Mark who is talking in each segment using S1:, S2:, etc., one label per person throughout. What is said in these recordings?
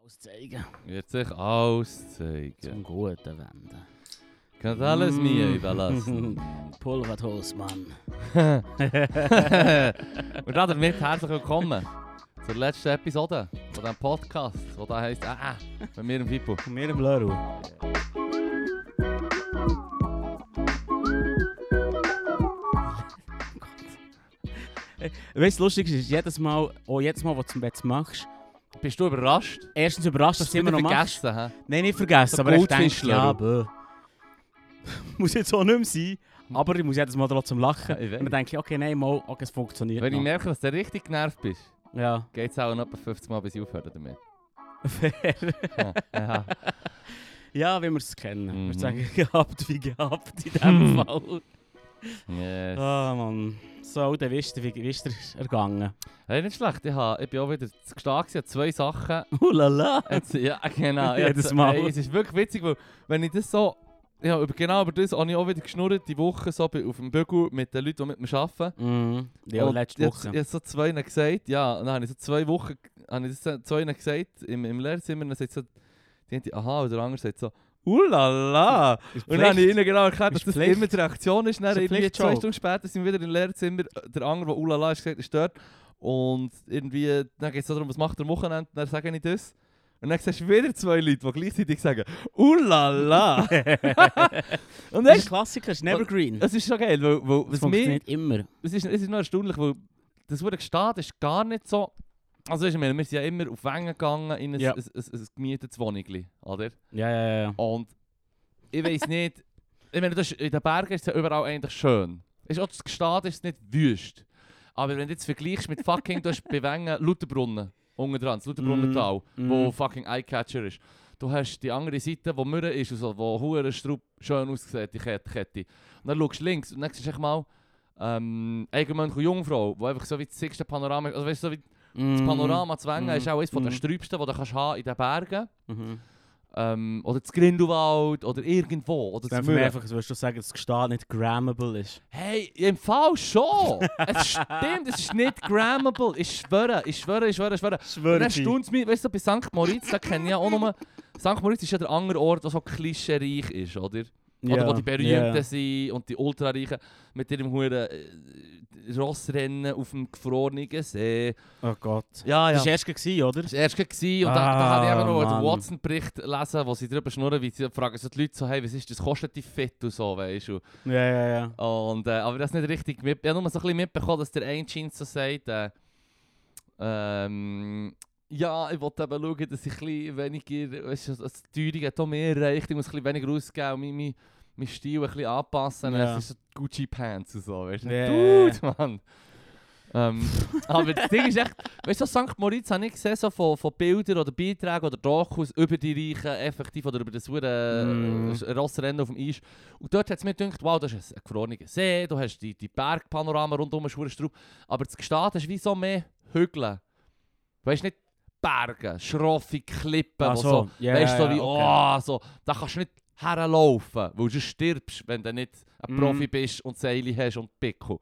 S1: alles zeigen.
S2: Wird sich alles zeigen.
S1: Zum Guten wenden.
S2: Kann alles
S1: Mm.
S2: mir überlassen.
S1: Pulvert Hosmann.
S2: Und damit herzlich willkommen zur letzten Episode von diesem Podcast, wo da heisst «Ah, ah» bei mir im Fippo.
S3: Von mir im Leru. Weißt du, das Lustigste ist, jedes Mal, oh, jedes Mal, wo du es machst,
S2: Bist du überrascht?
S3: erstens überrascht, dass
S2: Hast
S3: du
S2: du
S3: immer
S2: wieder
S3: noch machst.
S2: vergessen? hä?
S3: Nein, nicht vergessen,
S2: Der
S3: aber ich denke,
S2: Goldfischler,
S3: ja,
S2: du.
S3: bäh. Muss jetzt auch nicht mehr sein, aber ich muss jedes Mal trotzdem lachen.
S2: Ja, ich
S3: Und dann denke ich, okay, nein, mal, okay, es funktioniert
S2: Wenn ich
S3: noch.
S2: merke, dass du richtig genervt bist,
S3: Ja,
S2: geht es auch noch etwa 50 Mal, bis ich aufhöre damit.
S3: fair.
S2: Ja, ja.
S3: Ja, wie wir es kennen. Ich
S2: Mhm.
S3: würde sagen, gehabt wie gehabt in diesem Fall.
S2: Yes.
S3: Ah, Mann. So, dann wisst ihr, wie wie ist er ergangen.
S2: Hey, nicht schlecht, ich, hab, ich bin auch wieder zu gestanden, ich hab zwei Sachen
S3: Hulala!
S2: Jetzt, ja, genau.
S3: Jedes
S2: Jetzt,
S3: Mal.
S2: Hey, es ist wirklich witzig, weil wenn ich das so... Ja, über, genau über das habe ich auch wieder geschnurrt, die Woche so bei- auf dem Bügel mit den Leuten, die mit mir arbeiten.
S3: Mhm. Ja,
S2: Und
S3: letzte
S2: jetzt-
S3: Woche.
S2: Ich habe so zwei gesagt, ja, und dann habe ich so zwei Wochen, habe ich das zwei gesagt im, im Lehrzimmer, und dann sagt so, die eine, aha, und der andere sagt so, ulala.
S3: Ist
S2: Und dann habe ich
S3: Pflicht.
S2: ihnen genau erklärt, dass
S3: Ist
S2: das
S3: Pflicht.
S2: immer die Reaktion ist. Dann
S3: Ist ein
S2: irgendwie zwei
S3: Pflichtjob.
S2: Stunden später sind wir wieder im Lehrzimmer, der andere, der ulala ist, gesagt, ist dort. Und irgendwie, dann geht es darum, was macht er am Wochenende, dann sage ich das. Und dann siehst du wieder zwei Leute, die gleichzeitig sagen, ulala.
S3: Das
S2: und
S3: ist ein
S2: das,
S3: Klassiker, ist ein Evergreen.
S2: das ist schon geil, weil, weil
S3: Das
S2: was mir
S3: funktioniert immer.
S2: es ist, es ist noch erstaunlich, weil das wurde gestanden, ist gar nicht so. Also, weisst du, ich meine, wir sind ja immer auf Wängen gegangen in ein,
S3: Ja.
S2: ein, ein, ein gemietetes Wohnigli, oder?
S3: Ja, ja, ja.
S2: Und ich weiß nicht, ich meine, das ist, in den Bergen ist es ja überall eigentlich schön. Ist auch das Gestade ist nicht wüst. Aber wenn du jetzt vergleichst mit fucking, du hast bei Wengen Lutherbrunnen, unten dran, das Lutherbrunnental,
S3: Mm,
S2: wo
S3: mm.
S2: fucking Eyecatcher ist. Du hast die andere Seite, wo Mürre ist, also, wo hure Strupp schön aussieht, die Kette. Kette. Und dann schaust du links und dann siehst du echt mal ähm, Eigenmönch und Jungfrau, wo einfach so wie das sechste Panorama, also weißt du, so wie das Panorama zu Wengen
S3: Mm,
S2: ist auch eines von der
S3: mm.
S2: Sträubsten, die du kannst haben in den Bergen.
S3: Mhm.
S2: Ähm, oder zu Grindelwald oder irgendwo.
S3: Dann
S2: Oder zu
S3: für mich
S2: Mühlen.
S3: einfach, würdest du sagen, dass das Gestad nicht grammable ist.
S2: Hey, im Fall schon! es stimmt, es ist nicht grammable. Ich schwöre, ich schwöre, ich schwöre, ich schwöre. Und
S3: Schwör
S2: dann staunt es mich, weißt du, bei St. Moritz, da kenne ich ja auch nur. St. Moritz ist ja der andere Ort, der so klischeereich ist, oder? Oder wo die Berühmten sind und die Ultrareichen mit ihrem Huren äh, Rossrennen auf dem gefrorenen See.
S3: Oh Gott.
S2: eh. Ah, Ja,
S3: Das war erst gewesen, oder?
S2: Das war erst gewesen und da, da
S3: Ah,
S2: habe ich eben noch
S3: Mann.
S2: einen Watson-Bericht lesen, wo sie darüber schnurren, wie sie fragen so die Leute so, hey, was ist das, kostet die Fett und so, weißt du.
S3: Ja, ja, ja.
S2: Und, äh, aber das nicht richtig mit, ich habe nur so ein bisschen mitbekommen, dass der eine Jeans so sagt, äh, ähm, ja, ich wollte eben schauen, dass ich ein bisschen weniger, weißt du, das Teuerung hat auch mehr erreicht, ich muss ein bisschen weniger ausgeben und meinen mein, mein Stil ein bisschen anpassen.
S3: Ja.
S2: Es ist so Gucci-Pants und so, weißt du.
S3: Ja.
S2: Dude, Mann. Ähm, aber das Ding ist echt, weißt du, so St. Moritz habe ich gesehen so von, von Bildern oder Beiträgen oder Dokus über die Reichen effektiv oder über das hure
S3: Mm.
S2: äh, Rossrennen auf dem Eis. Und dort hat es mir gedacht, wow, das ist ein gefrorener See, du hast die, die Bergpanorama rundum, ist hure Straub. Aber das Gestad ist wie so mehr Hügel. Weißt du nicht, Berge, schroffe Klippen,
S3: Ach
S2: wo
S3: so,
S2: so,
S3: Ah, ja,
S2: weißt du, so
S3: ja,
S2: wie,
S3: okay.
S2: oh, so, da kannst du nicht herlaufen, weil du stirbst, wenn du nicht ein
S3: Mm.
S2: Profi bist und Seile hast und Pickel.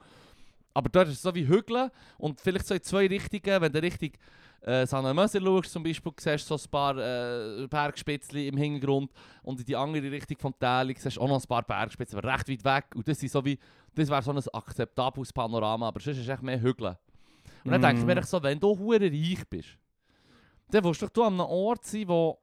S2: Aber dort ist es so wie Hügel und vielleicht so in zwei Richtungen, wenn du richtig äh, San Möser schaust zum Beispiel, siehst du so ein paar äh, Bergspitzli im Hintergrund und in die andere Richtung vom Tal siehst du auch noch ein paar Bergspitzen, aber recht weit weg und das, sind so wie, das wäre so ein akzeptables Panorama, aber sonst ist es echt mehr Hügel. Und dann denke ich mir
S3: Mm.
S2: echt so, wenn du hure reich bist, dann willst doch du an einem Ort sein, wo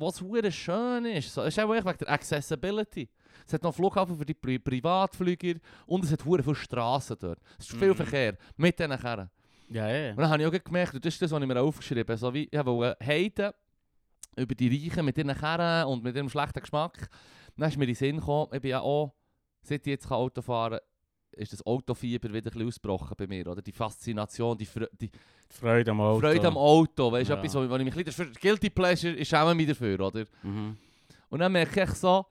S2: was hure schön ist. So, es ist auch echt wegen der Accessibility. Es hat noch einen Flughafen für die Pri Privatflüger und es hat hure viele Straßen dort. Es ist viel
S3: Mhm.
S2: Verkehr mit diesen Kerren.
S3: Ja, ja.
S2: Und dann habe ich auch gleich gemerkt, und das ist das, was ich mir auch aufgeschrieben habe, so wie, ich wollte heiden über die Reichen mit ihren Kerren und mit ihrem schlechten Geschmack. Dann ist mir in den Sinn gekommen, ich bin ja auch, seit ich jetzt kann Auto fahren kann, ist das Autofieber wieder ein bisschen ausgebrochen bei mir, oder? Die Faszination, die, Fre die
S3: Die Freude am Auto.
S2: Freude am Auto, weißt du,
S3: Ja.
S2: etwas, wo, wo ich mich ein bisschen... dafür- Guilty Pleasure ist auch mir dafür, oder?
S3: Mhm.
S2: Und dann merke ich so,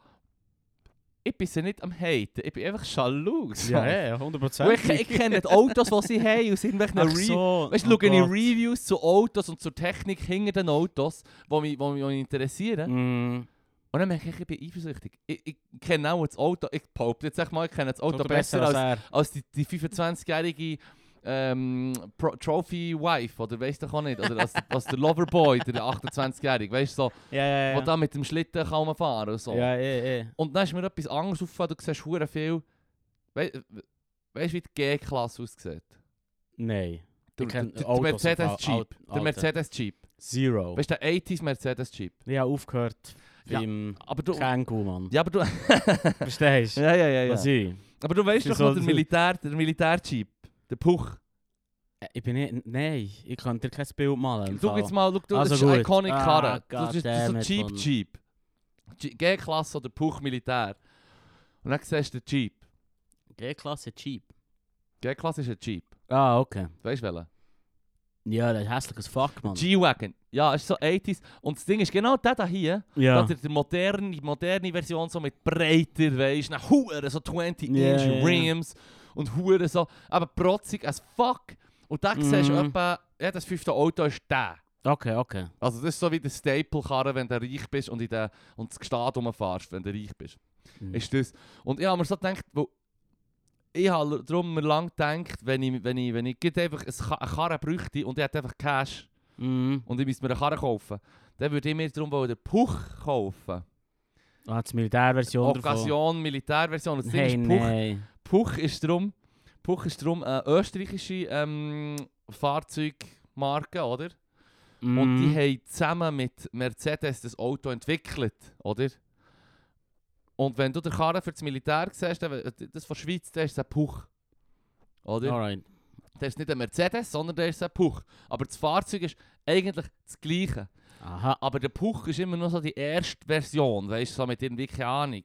S2: ich bin sie nicht am haten, ich bin einfach schalus.
S3: Ja, ja, 100%.
S2: Und ich, ich kenne die Autos, die sie haben und sind welchen
S3: Ach
S2: Re
S3: so.
S2: Weißt du,
S3: oh
S2: schaue ich
S3: Gott.
S2: Reviews zu Autos und zur Technik hinter den Autos, die mich, die mich, die mich interessieren.
S3: Mm.
S2: Und dann merke ich, ich bin eifersüchtig. Ich, ich kenne auch das Auto, ich behaupte jetzt echt mal, ich kenne das Auto
S3: Oder
S2: besser als,
S3: er.
S2: als die, die 25-jährige ähm, Pro Trophy Wife oder weißt du auch nicht, oder als, als der Loverboy, der 28-Jährige, weißt du, so,
S3: Ja, ja,
S2: der da mit dem Schlitten kann fahren und so.
S3: Ja, ja, ja.
S2: Und dann ist mir etwas anderes aufgefallen, du siehst hure viel, weißt du, wie die G-Klasse aussieht?
S3: Nein.
S2: Der,
S3: Ich
S2: der,
S3: kenn
S2: der, der
S3: Autos
S2: Mercedes
S3: im Fall.
S2: Jeep.
S3: Alt-
S2: Der
S3: Alter.
S2: Mercedes Jeep.
S3: Zero.
S2: Weißt du, der 80s Mercedes Jeep.
S3: ich habe aufgehört
S2: Ja.
S3: beim
S2: Aber du.
S3: Känguru, Mann.
S2: Ja, aber du.
S3: Verstehst du?
S2: ja, ja, ja,
S3: Was ich?
S2: Aber du weißt
S3: Sie
S2: doch noch, der
S3: sollten-
S2: Militär, der Militär-Jeep. Der Puch.
S3: Äh, Ich bin nicht... Nein, ich kann dir kein Bild malen. im
S2: Du
S3: Fall.
S2: jetzt mal, schau, du,
S3: Also
S2: das ist eine
S3: gut.
S2: iconic
S3: Ah,
S2: Karre. das ist das ist so
S3: goddammit,
S2: Jeep
S3: Mann.
S2: Jeep. Je- G-Klasse oder Puch Militär. Und dann siehst du den Jeep.
S3: G-Klasse Jeep.
S2: G-Klasse ist ein Jeep.
S3: Ah, okay.
S2: Weißt du welchen?
S3: Ja, das ist hässlich als fuck, Mann.
S2: G-Wagon. Ja, ist so 80s. Und das Ding ist genau der da hier.
S3: ja.
S2: Dat er die moderne, die moderne Version so mit breiter, weisst nach Huren, so 20
S3: Ja,
S2: Inch
S3: ja, ja.
S2: Rims und Huren so, aber protzig as fuck. Und da siehst du
S3: Mhm.
S2: etwa, ja, das fünfte Auto ist der.
S3: Okay, okay.
S2: Also das ist so wie der Staple-Karre, wenn du reich bist und in den, und das Gestad rumfährst, wenn du reich bist.
S3: Mhm.
S2: Ist das. Und ich habe mir so gedacht, wo ich habe darum mir lang gedacht, wenn ich, wenn ich, wenn ich gerade einfach ein Ka- eine Karre bräuchte und ich hätte einfach Cash
S3: Mhm.
S2: und ich müsste mir eine Karre kaufen, dann würde ich mir darum wohl den Puch kaufen.
S3: Ah, die Militärversion davon.
S2: Occasion, Militärversion. Und Das
S3: Hey,
S2: Ding ist, Puch,
S3: nein.
S2: Puch ist drum, Puch ist drum eine österreichische ähm, Fahrzeugmarke, oder? Und die
S3: Mhm.
S2: haben zusammen mit Mercedes das Auto entwickelt, oder? Und wenn du den Karren für das Militär siehst, dann, äh, das von der Schweiz, dann ist es ein Puch. Oder?
S3: Alright.
S2: Der ist nicht ein Mercedes, sondern der ist ein Puch. Aber das Fahrzeug ist eigentlich das gleiche.
S3: Aha.
S2: Aber der Puch ist immer noch so die erste Version, weißt du, so mit irgendwie, keine Ahnung,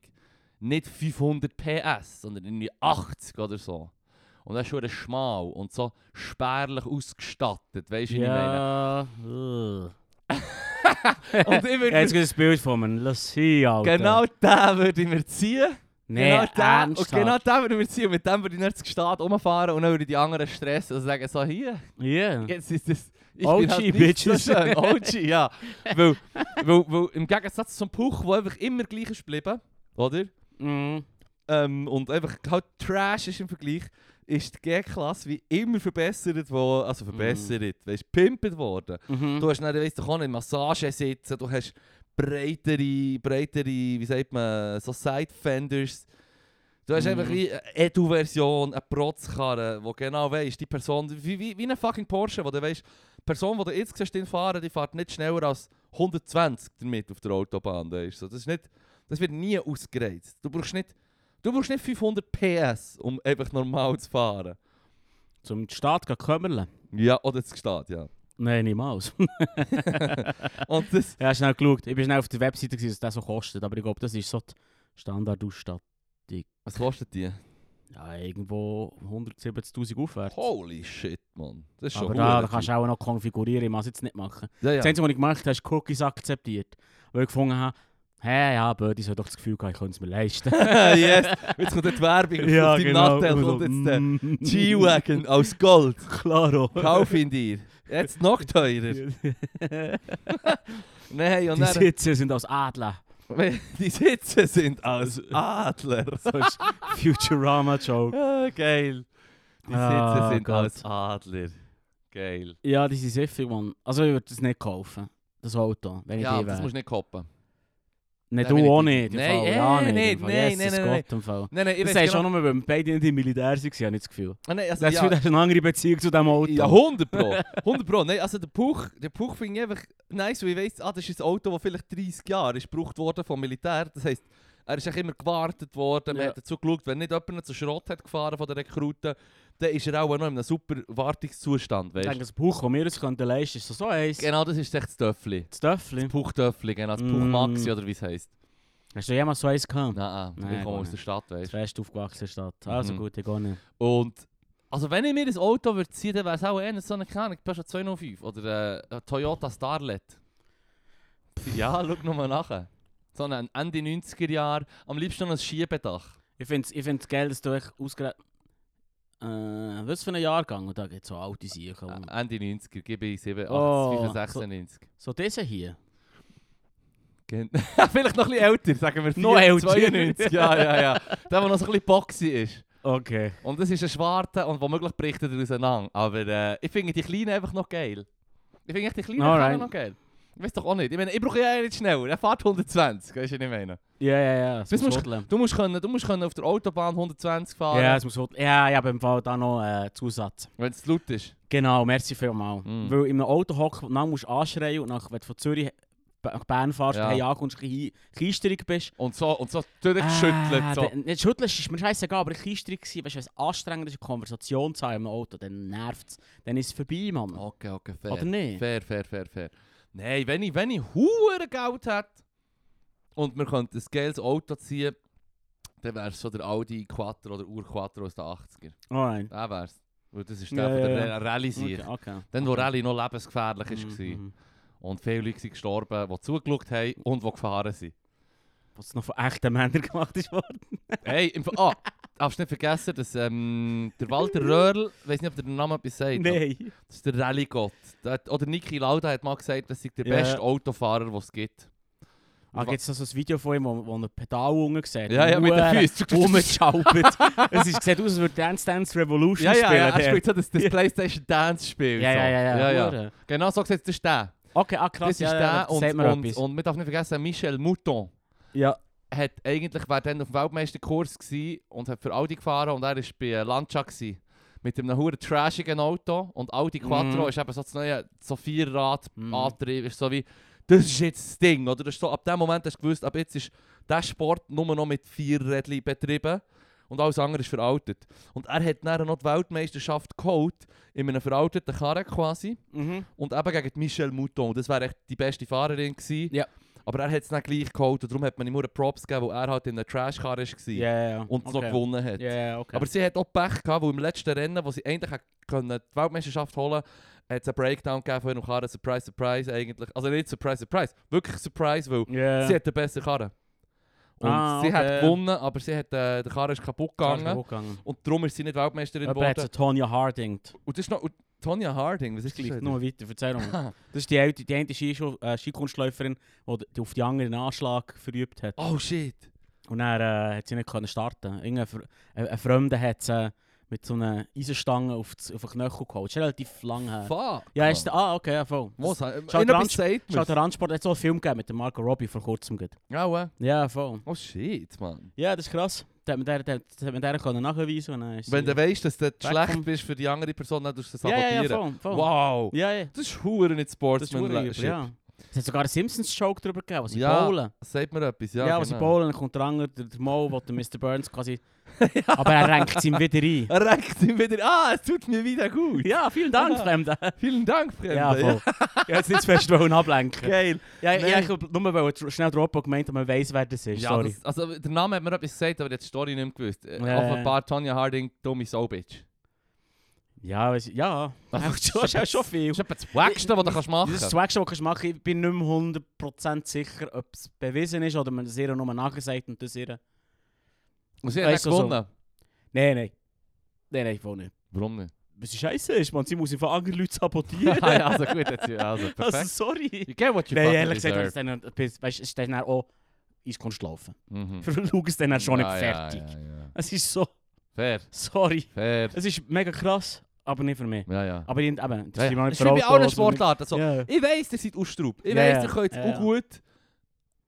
S2: nicht 500 PS, sondern irgendwie 80 oder so. Und das ist schon schmal und so spärlich ausgestattet, weißt du, wie
S3: Ja. Ugh.
S2: ich meine? Und ich
S3: Ja, Jetzt
S2: würde
S3: gibt es ein Bild von mir. Lass sie, Alter.
S2: genau den würde ich mir ziehen.
S3: Nein,
S2: genau den, und
S3: ernsthaft.
S2: genau den würde ich mir ziehen. Mit dem würde ich nicht zu Gestad rumfahren und dann würde ich die anderen stressen und sagen, so hier,
S3: Yeah.
S2: jetzt ist das... Ich
S3: OG,
S2: bin halt nicht
S3: bitches.
S2: So schön. OG, ja. weil, weil, weil im Gegensatz zum Puch, der einfach immer gleich ist geblieben, oder?
S3: Mhm.
S2: ähm, und einfach halt Trash ist im Vergleich, ist die G-Klasse wie immer verbessert worden, also verbessert, weißt, pimpet worden.
S3: Mhm.
S2: Du hast dann, weißt du, auch nicht Massage sitzen, du hast breitere, breitere, wie sagt man, so Side-Fenders. Du hast
S3: Mhm.
S2: einfach wie eine Edu-Version, eine Protzkarre, wo genau weisst, die Person, wie, wie, wie eine fucking Porsche, wo du weisst, die Person, die du jetzt siehst, den fahren, die fährt nicht schneller als 120 damit auf der Autobahn, weisst du. Das ist nicht, das wird nie ausgereizt. Du brauchst nicht, du brauchst nicht 500 PS, um einfach normal zu fahren.
S3: Zum Staat gehen kümmern.
S2: Ja, oder zu Gestad, ja.
S3: Nein, niemals.
S2: Und das...
S3: Ich habe schnell geschaut. Ich bin schnell auf der Webseite, gewesen, was das so kostet. Aber ich glaube, das ist so die Standardausstattung.
S2: Was kostet die?
S3: Ja, irgendwo 170'000 aufwärts.
S2: Holy shit, man. Das ist schon
S3: Aber da, da
S2: verdammt
S3: kannst du auch noch konfigurieren. Ich muss es jetzt nicht machen.
S2: viel. ja,
S3: Das
S2: ja.
S3: Einzige, was ich gemacht habe, ist Cookies akzeptiert. Weil ich gefunden habe, hey, ja, aber die soll doch das Gefühl haben, ich könnte es mir leisten.
S2: yes. Jetzt kommt die Werbung auf
S3: ja,
S2: deinem
S3: genau.
S2: Nattel
S3: Und so,
S2: kommt jetzt der
S3: mm.
S2: G-Wagon aus Gold.
S3: Klaro.
S2: Kauf ihn dir. Jetzt noch teurer. Nein, und
S3: Die
S2: dann,
S3: Sitze sind aus Adler.
S2: die Sitze sind aus Adler.
S3: So ist Futurama-Joke.
S2: Ah, geil. Die Sitze
S3: Ah,
S2: sind
S3: Gott.
S2: aus Adler. Geil.
S3: Ja, das ist effig, Mann. Also ich würde das nicht kaufen. Das Auto, wenn ich
S2: Ja,
S3: die
S2: das
S3: wäre.
S2: musst du nicht koppen.
S3: Nicht
S2: Nein,
S3: du auch nicht.
S2: definitiv.
S3: im
S2: Nein,
S3: Fall.
S2: eh,
S3: ja,
S2: nicht,
S3: nicht. im Fall.
S2: nein,
S3: Jesus
S2: nein, nein,
S3: Gott, im Fall.
S2: Nein, nein, ich
S3: Das
S2: weiss
S3: sagst du auch
S2: genau-
S3: nur, weil wir beide nicht im Militär waren, habe ich das Gefühl.
S2: Ah, nein,
S3: Das
S2: also, ja.
S3: Gefühl, du hast eine andere Beziehung zu diesem Auto.
S2: Ja, 100 Pro. 100 Pro. Nein, also der Puch, der Puch finde ich einfach nice, weil ich weiss, ah, das ist ein Auto, das vielleicht 30 Jahre ist gebraucht worden vom Militär. Das heisst, er ist eigentlich immer gewartet worden, man
S3: Ja.
S2: hat dazu geschaut, wenn nicht jemand ihn zu Schrott hat gefahren von den Rekruten, dann ist er auch noch in einem super Wartungszustand,
S3: Ich
S2: weißt
S3: denke, das Buch, das wir uns könnten leisten, ist so, so eins.
S2: Genau, das ist echt das Töffli.
S3: Das Töffli.
S2: Puchtöffli, genau, das
S3: Mm.
S2: Puchmaxi oder wie es heisst.
S3: Hast du jemals so eins gehabt?
S2: Nein, nein, ich
S3: Nein,
S2: komme
S3: gar
S2: aus der
S3: nicht.
S2: Stadt,
S3: Das
S2: weißt
S3: Fest aufgewachsen Stadt. Also
S2: Mhm.
S3: gut, ich gehe nicht.
S2: Und, also wenn ich mir ein Auto würde ziehen, dann wäre es auch eher so eine, keine Ahnung, Peugeot 205 oder äh, ein Toyota Starlet. Ja, schau nochmal nachher. So ein Ende 90er Jahre, am liebsten noch ein Schiebedach.
S3: Ich finde es ich find's geil, dass du euch ausgerechnet... Äh, was für ein Jahrgang? Und da gibt es so alte Sachen.
S2: Ä-
S3: und-
S2: Äh, Ende 90er, gebe ich 7, 8,
S3: Oh,
S2: 95, 96.
S3: So diese hier.
S2: Gen- Vielleicht noch ein bisschen älter, sagen wir
S3: Noch älter.
S2: 92, ja, ja, ja. Der, der noch so ein bisschen boxy ist.
S3: Okay.
S2: Und das ist ein Schwarte und womöglich bricht er auseinander. Aber äh, ich finde die Kleinen einfach noch geil. Ich finde echt die Kleinen
S3: Alright.
S2: einfach noch geil. Ich weiß doch auch nicht. Ich meine, ich brauche ja nicht schneller. Er fährt 120, weißt du, was ich meine?
S3: Ja, ja, ja. Es
S2: Das
S3: muss
S2: musst-
S3: hudeln.
S2: Du musst, können, du musst können auf der Autobahn 120 fahren,
S3: Ja, es muss hudeln. Ja, ich habe im Fall da noch äh, Zusatz.
S2: wenn es laut ist.
S3: Genau, merci vielmal.
S2: Mm.
S3: Weil in einem Auto hocken, dann musst du anschreien und nach, wenn du von Zürich nach Bern fährst,
S2: Ja.
S3: ja. hey, ankommst, ein bisschen kleisterig bist.
S2: Und so, und so durchgeschüttelt.
S3: Ah,
S2: so.
S3: dann- Nicht schütteln ist mir scheißegal, aber ich war gsi, weißt du, wenn es anstrengend ist, eine Konversation zu haben im Auto, dann nervt es. Dann ist es vorbei, Mann.
S2: Okay, okay, Oh, fair.
S3: Oder nicht?
S2: Fair, fair, fair, fair. Nein, wenn ich, wenn ich hure Geld hätte und wir könnten ein geiles Auto ziehen, dann wäre es so der Audi Quattro oder Urquattro aus den 80er.
S3: Alright.
S2: Der wär's. Weil das ist
S3: Ja,
S2: der von
S3: ja,
S2: der
S3: ja.
S2: Ra- Rallye
S3: Okay,
S2: sicher.
S3: okay.
S2: Dann, wo Rallye noch lebensgefährlich
S3: Mhm,
S2: war.
S3: mhm.
S2: Und viele Leute sind gestorben, die zugeschaut haben und die gefahren sind.
S3: Was noch von echten Männern gemacht ist worden.
S2: Hey, im Fall. Ah, darfst nicht vergessen, dass ähm, der Walter Röhrl, ich weiß nicht, ob der Name etwas sagt, aber
S3: Nein.
S2: das ist der Rallye-Gott. Der hat- Oder Niki Lauda hat mal gesagt, das sei der
S3: Ja.
S2: beste Autofahrer, den es gibt.
S3: Ah, gibt es noch so ein Video von ihm, wo, wo er Pedal unten sieht?
S2: Ja, ja, mit den
S3: eh,
S2: Füßen.
S3: Rumgeschaubert. es ist, sieht aus, als würde Dance Dance Revolution
S2: Ja, ja,
S3: spielen.
S2: ja, er
S3: der.
S2: spielt so das, das Playstation Dance Spiel.
S3: ja,
S2: so.
S3: ja, ja, ja, ja.
S2: Genau so gesagt, das ist der.
S3: Okay, ah, krass.
S2: Das ist
S3: ja, ja,
S2: der
S3: das sagt
S2: und,
S3: mir
S2: und,
S3: etwas.
S2: und man darf nicht vergessen, Michel Mouton
S3: ja.
S2: hat eigentlich, war dann auf dem Weltmeisterkurs gewesen und hat für Audi gefahren und er war bei äh, Lancia gewesen. mit einem hohen trashigen Auto und Audi Quattro
S3: Mhm.
S2: ist eben so das neue so Vierrad
S3: Mhm.
S2: Antrieb ist so wie das ist jetzt das Ding oder das ist so, ab dem Moment hast du gewusst ab jetzt ist der Sport nur noch mit vier Rädli betrieben und alles andere ist veraltet und er hat dann noch die Weltmeisterschaft geholt in einem veralteten Karren quasi
S3: Mhm.
S2: und eben gegen die Michelle Mouton. Das wäre echt die beste Fahrerin gewesen.
S3: Ja.
S2: Aber er hat es dann gleich geholt und darum hat man ihm nur Props gegeben, weil er halt in einer Trashcar war
S3: Ja, ja, ja.
S2: und so
S3: Okay.
S2: gewonnen hat.
S3: Ja, ja, okay.
S2: Aber sie hat auch Pech gehabt, weil im letzten Rennen, wo sie eigentlich hätte können die Weltmeisterschaft holen konnte, hat es einen Breakdown gegeben von ihrem Karren. Surprise, surprise eigentlich. Also nicht surprise, surprise. Wirklich surprise, weil
S3: Ja.
S2: sie hat den besseren Karren. Und
S3: Ah,
S2: sie hat
S3: okay.
S2: gewonnen, aber sie hat, äh, der Karren ist kaputt
S3: Klar,
S2: gegangen.
S3: ist gegangen.
S2: Und darum ist sie nicht Weltmeisterin
S3: Aber hat
S2: geworden.
S3: sie Tonya Harding.
S2: Und das ist noch... Und Tonya Harding, was ist das?
S3: Vielleicht noch weiter, erzähl mal. Das ist Dus die, alte, die eine Skischu- äh, Skikunstläuferin, die d- die auf die anderen einen Anschlag verübt hat.
S2: Oh shit.
S3: Und dann äh, hat sie nicht können starten. Irgendein Fr äh, ein Fremder hat sie äh, mit so einer Eisenstange auf, das- auf den Knöchel geholt. Ist relativ lang her.
S2: Fuck.
S3: Ja, ist der, ah, okay, ja, voll.
S2: Was?
S3: Schau,
S2: Schau,
S3: der
S2: der sagt
S3: Schaut, der
S2: mir.
S3: Randsport hat so einen Film gegeben mit dem Marco Robbie vor kurzem. gerade.
S2: Ja, ouais.
S3: Ja, voll.
S2: Oh shit, man.
S3: Ja, das ist krass. Das hat man der, der, das hat man der können nachweisen und dann ist sie-
S2: Wenn du weißt, dass du schlecht
S3: vom-
S2: bist für die andere dus Person, dann tust du sie
S3: ja,
S2: sabotieren.
S3: ja, ja, voll, voll.
S2: Wow.
S3: Ja, ja.
S2: Das ist hure nicht
S3: Das ist verdammt
S2: Sportsman.
S3: übel, ja. Es hat sogar einen Simpsons-Joke darüber gegeben, was sie
S2: Ja.
S3: bowlen.
S2: Sagt mir etwas, ja.
S3: Ja, was sie bowlen, dann kommt der andere, der, der Mo, wo der Mr. Burns quasi... Aber er renkt es ihm wieder ein.
S2: Er regt ihn wieder. Ah, es tut mir wieder gut.
S3: Ja, vielen Dank, Fremde.
S2: Vielen Dank, Fremde.
S3: Ja, voll. Ich hätte nicht fest wollen ablenken.
S2: Geil.
S3: Ja, ich
S2: Nee.
S3: ich habe nur wollen dr- schnell droppen gemeint, dass man weiss, wer das ist.
S2: Ja,
S3: Sorry.
S2: das, also, der Name hat mir etwas gesagt, aber ich hab die Story nicht mehr gewusst. Äh,
S3: Ja.
S2: Offenbar Tonya Harding, dumme Soulbitch.
S3: Ja, weiss, ich- ja.
S2: Das
S3: Das
S2: ist-
S3: ist auch schon viel.
S2: Das ist etwa das Wackste, was du kannst machen
S3: Das ist das
S2: kannst.
S3: Wackste, was du machen kannst. Ich bin nicht mehr 100% sicher, ob es bewiesen ist oder man es ihr nur nachgesagt und das ihr...
S2: Und sie hat
S3: Weißt
S2: nicht
S3: du, so.
S2: gewonnen.
S3: Nein, nein. Nein, nein, wohl nicht.
S2: Warum nicht?
S3: Was sie scheiße ist, man, sie muss einfach andere Leute sabotieren.
S2: ah, ja, also gut, jetzt, also perfekt.
S3: Also, sorry.
S2: You get what you
S3: Nein,
S2: fucking
S3: ehrlich gesagt,
S2: deserve.
S3: ist dann, weißt, ist dann auch ins Kunst laufen.
S2: Mhm.
S3: Für Luke ist dann schon nicht
S2: Ja, ja,
S3: fertig.
S2: ja, ja.
S3: Es ist so,
S2: Fair,
S3: sorry.
S2: fair.
S3: Es ist mega krass, aber nicht für mich.
S2: Ja, ja.
S3: Aber ich, eben, das
S2: ja,
S3: ist
S2: ja.
S3: immer nicht
S2: Es ist wie bei allen Sportarten.
S3: So.
S2: So.
S3: Ja,
S2: Ich weiss, ihr seid Ausstrub. Ich
S3: Ja,
S2: weiss,
S3: ja.
S2: ihr könnt es
S3: Ja,
S2: auch
S3: ja.
S2: gut.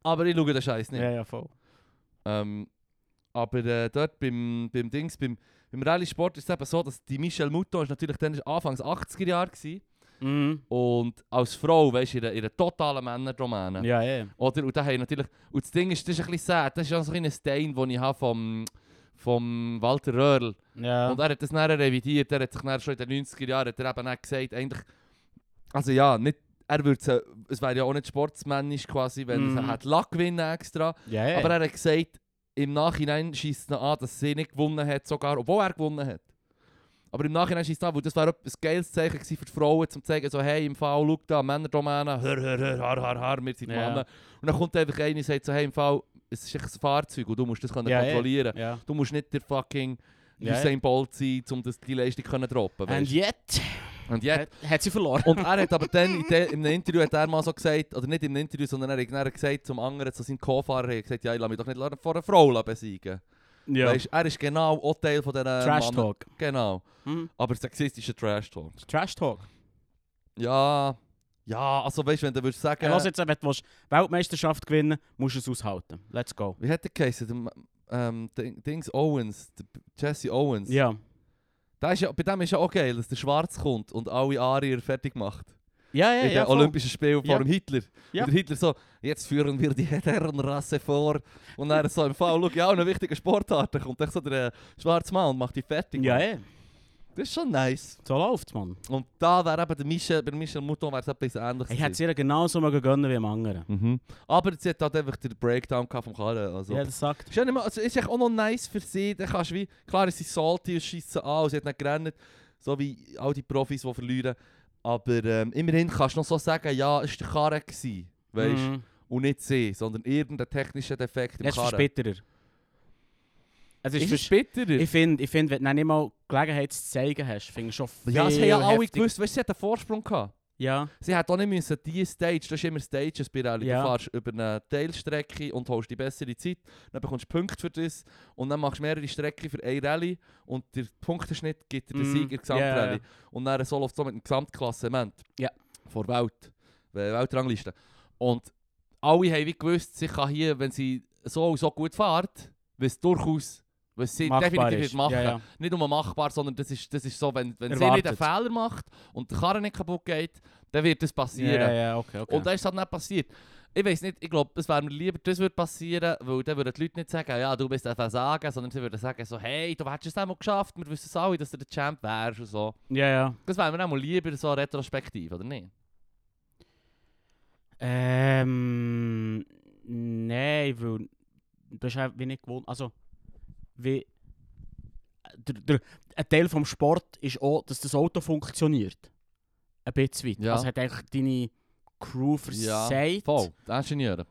S2: Aber ich schaue den Scheiß nicht.
S3: ja, ja, voll.
S2: Ähm, aber äh, dort beim, beim Dings, beim, beim Rallye-Sport ist es eben so, dass die Michelle Mouton ist natürlich dann ist Anfangs 80er Jahre gewesen.
S3: Mhm.
S2: Und als Frau, weißt du, in einer- in einer totalen Männerdomäne.
S3: Ja, ja.
S2: Oder? Und, da haben natürlich, und das Ding ist, das ist ein bisschen sad. Das ist auch so ein kleiner Stein, den ich habe vom, vom Walter Röhrl.
S3: Ja,
S2: Und er hat das dann revidiert, er hat sich dann schon in den 90er Jahren hat er eben auch gesagt, eigentlich, also ja, nicht, er würde es, es wäre ja auch nicht sportsmännisch quasi, wenn
S3: Mhm.
S2: er hat Lack gewinnen extra,
S3: ja, ja.
S2: aber er hat gesagt, im Nachhinein schießt es ihn an, dass sie nicht gewonnen hat sogar, obwohl er gewonnen hat. Aber im Nachhinein schießt es an, weil das wäre ein geiles Zeichen gewesen für die Frauen, um zu zeigen, so hey, im Fall, schau da, Männerdomäne, hör, hör, hör, har, har, har, wir sind
S3: Ja.
S2: Männer. Und dann kommt einfach einer und sagt so, hey, im Fall, es ist echt ein Fahrzeug und du musst das können
S3: Ja, ja.
S2: kontrollieren.
S3: ja.
S2: Du musst nicht der fucking
S3: Ja,
S2: Usain Bolt sein, um das, die Leistung können droppen
S3: Und
S2: weißt
S3: jetzt
S2: du? Und jetzt.
S3: hat, hat sie verloren.
S2: Und er hat aber dann in, de, in einem Interview hat er mal so gesagt, oder nicht in einem Interview, sondern er hat dann gesagt zum anderen, zu seinem Co-Fahrer, er hat gesagt, ja, ich lasse mich doch nicht von einer Frau besiegen. lassen.
S3: Ja.
S2: Weisst, er ist genau auch Teil von dieser
S3: Trash
S2: Männer-
S3: Talk.
S2: Genau.
S3: Hm?
S2: Aber sexistischer Trash Talk.
S3: Trash Talk.
S2: Ja. Ja, also weißt du, wenn du würdest sagen.
S3: Ja. Los jetzt, wenn du willst Weltmeisterschaft gewinnen musst du es aushalten. Let's go.
S2: Wie hat der Case? Der, ähm, Ding- Dings Owens, der Jesse Owens.
S3: Ja.
S2: Der ist ja, bei dem ist ja auch geil, dass der Schwarz kommt und alle Arier fertig macht.
S3: Ja,
S2: in
S3: ja,
S2: den
S3: ja. voll.
S2: Olympischen Spielen vor
S3: Ja.
S2: dem Hitler.
S3: Ja.
S2: Und der Hitler so, jetzt führen wir die Herrenrasse vor. Und er so im Fall, schau, ja, auch eine wichtige Sportart. Da kommt echt so der äh, schwarze Mann und macht die fertig.
S3: Ja,
S2: Mann.
S3: ja.
S2: Das ist schon nice.
S3: So läuft's, Mann.
S2: Und da wäre eben der Michel, bei Michel Mouton wäre es etwas ähnliches.
S3: Ich hätte es ihr genauso mögen gönnen wie dem anderen.
S2: mhm. Aber sie hat halt einfach den Breakdown gehabt vom Karren. Also.
S3: Ja, das sagt.
S2: Ist ja nicht mehr, also ist echt auch noch nice für sie. Dann kannst du wie, klar, sie sind salty und schiessen an und sie hat nicht gerannt. So wie all die Profis, die verlieren. Aber ähm, immerhin kannst du noch so sagen, ja, es war der Karren. Gewesen, weißt du?
S3: Mhm.
S2: Und nicht sie, sondern irgendein technischer Defekt im
S3: Es ist
S2: Karren.
S3: verbitterer. Es
S2: Ist
S3: ist
S2: es
S3: verspitterer.
S2: bitterer?
S3: Ich finde, ich find, wenn du dann nicht mal Gelegenheit zu zeigen hast, finde ich schon viel
S2: Ja, sie haben ja alle
S3: heftig.
S2: gewusst, weißt du, sie hat einen Vorsprung gehabt.
S3: Ja,
S2: Sie hat auch nicht müssen, diese Stage, das ist immer Stages bei Rallye.
S3: Ja.
S2: Du fährst über eine Teilstrecke und holst die bessere Zeit, dann bekommst du Punkte für das und dann machst du mehrere Strecken für eine Rallye und der Punkteschnitt gibt dir den
S3: Mm,
S2: Sieger der Gesamtrallye.
S3: ja, ja.
S2: Und dann so läuft so mit dem Gesamtklassement
S3: Ja.
S2: vor Welt, äh, Weltrangliste. Und alle haben wie gewusst, sie kann hier, wenn sie so und so gut fährt, was durchaus, was sie
S3: machbar
S2: definitiv
S3: ist.
S2: wird machen
S3: Ja, ja.
S2: nicht nur machbar, sondern das ist, das ist so, wenn, wenn sie nicht
S3: Erwartet.
S2: einen Fehler macht und der Karren nicht kaputt geht, dann wird das passieren.
S3: ja, ja, okay, okay.
S2: Und das ist halt nicht passiert. Ich weiß nicht, ich glaube, es wäre mir lieber, das würde passieren, weil dann würden die Leute nicht sagen, ja, du bist ein Versager, sondern sie würden sagen, so, hey, du hättest es einmal geschafft, wir wissen es alle, dass du der Champ wärst und so.
S3: ja, ja.
S2: Das wäre mir einmal lieber so retrospektiv, oder nicht?
S3: Ähm, nein, weil das ist ja wie nicht gewohnt. Also, wie. Der, der, ein Teil vom Sport dus ist auch, dass das Auto funktioniert. Ein bisschen weit.
S2: Ja.
S3: Also hat eigentlich deine Crew
S2: Ja,
S3: versagt.
S2: Voll, die Ingenieure.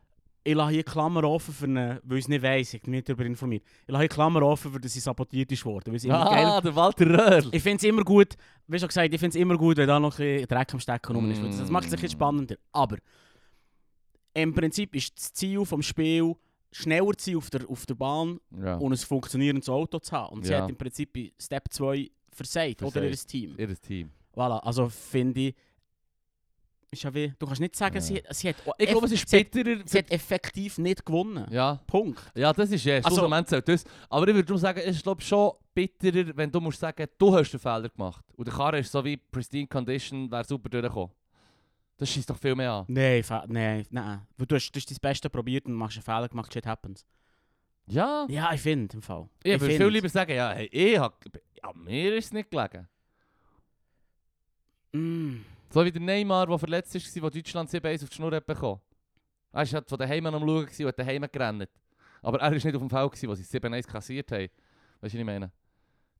S3: Ich lasse hier Klammer offen, für eine, weil ich es nicht weiss, ich bin nicht darüber informiert. Ich lasse hier Klammer offen, für dass sie sabotiert ist worden. Weil es immer geil
S2: Ah, der Walter Röhrl.
S3: Ich finde es immer gut, wie schon gesagt, ich finde es immer gut, wenn da noch ein bisschen Dreck am Stecken rum ist. weil Das
S2: Mm.
S3: macht es ein bisschen spannender. Aber im Prinzip ist das Ziel vom Spiel, schneller zu sein auf der, auf der Bahn
S2: Ja,
S3: und ein funktionierendes Auto zu haben. Und sie
S2: Ja.
S3: hat im Prinzip in Step 2 versagt, oder
S2: Versagt.
S3: ihr Team.
S2: ihr Team.
S3: Voilà, also finde ich, ist ja wie, du kannst nicht sagen,
S2: Ja.
S3: sie, sie, hat,
S2: Ich glaube, es ist
S3: sie, hat,
S2: bitterer...
S3: sie hat effektiv nicht gewonnen.
S2: Ja.
S3: Punkt.
S2: Ja, das ist ja,
S3: Also-
S2: also, Moment zählt das. Aber ich würde darum sagen, es ist glaub, schon bitterer, wenn du musst sagen, du hast den Fehler gemacht. Und der Karre ist so wie pristine condition, wäre super durchgekommen. Das schießt doch viel mehr an.
S3: Nein, fa- nein, nein. Weil Du hast, du hast dein Beste probiert und machst einen Fehler gemacht, shit happens.
S2: Ja,
S3: Ja, ich finde im Fall.
S2: ich würde viel
S3: find.
S2: lieber sagen, ja, hey, ich hab, ja, mir ist es nicht gelegen.
S3: Mm.
S2: So wie der Neymar, der verletzt war, der Deutschland 7-1 auf die Schnur hat bekommen. Er war halt von daheim an am Schauen gewesen und hat daheim gerannt. Aber er war nicht auf dem Feld, gewesen, wo sie 7-1 kassiert haben. Weißt du, was ich meine?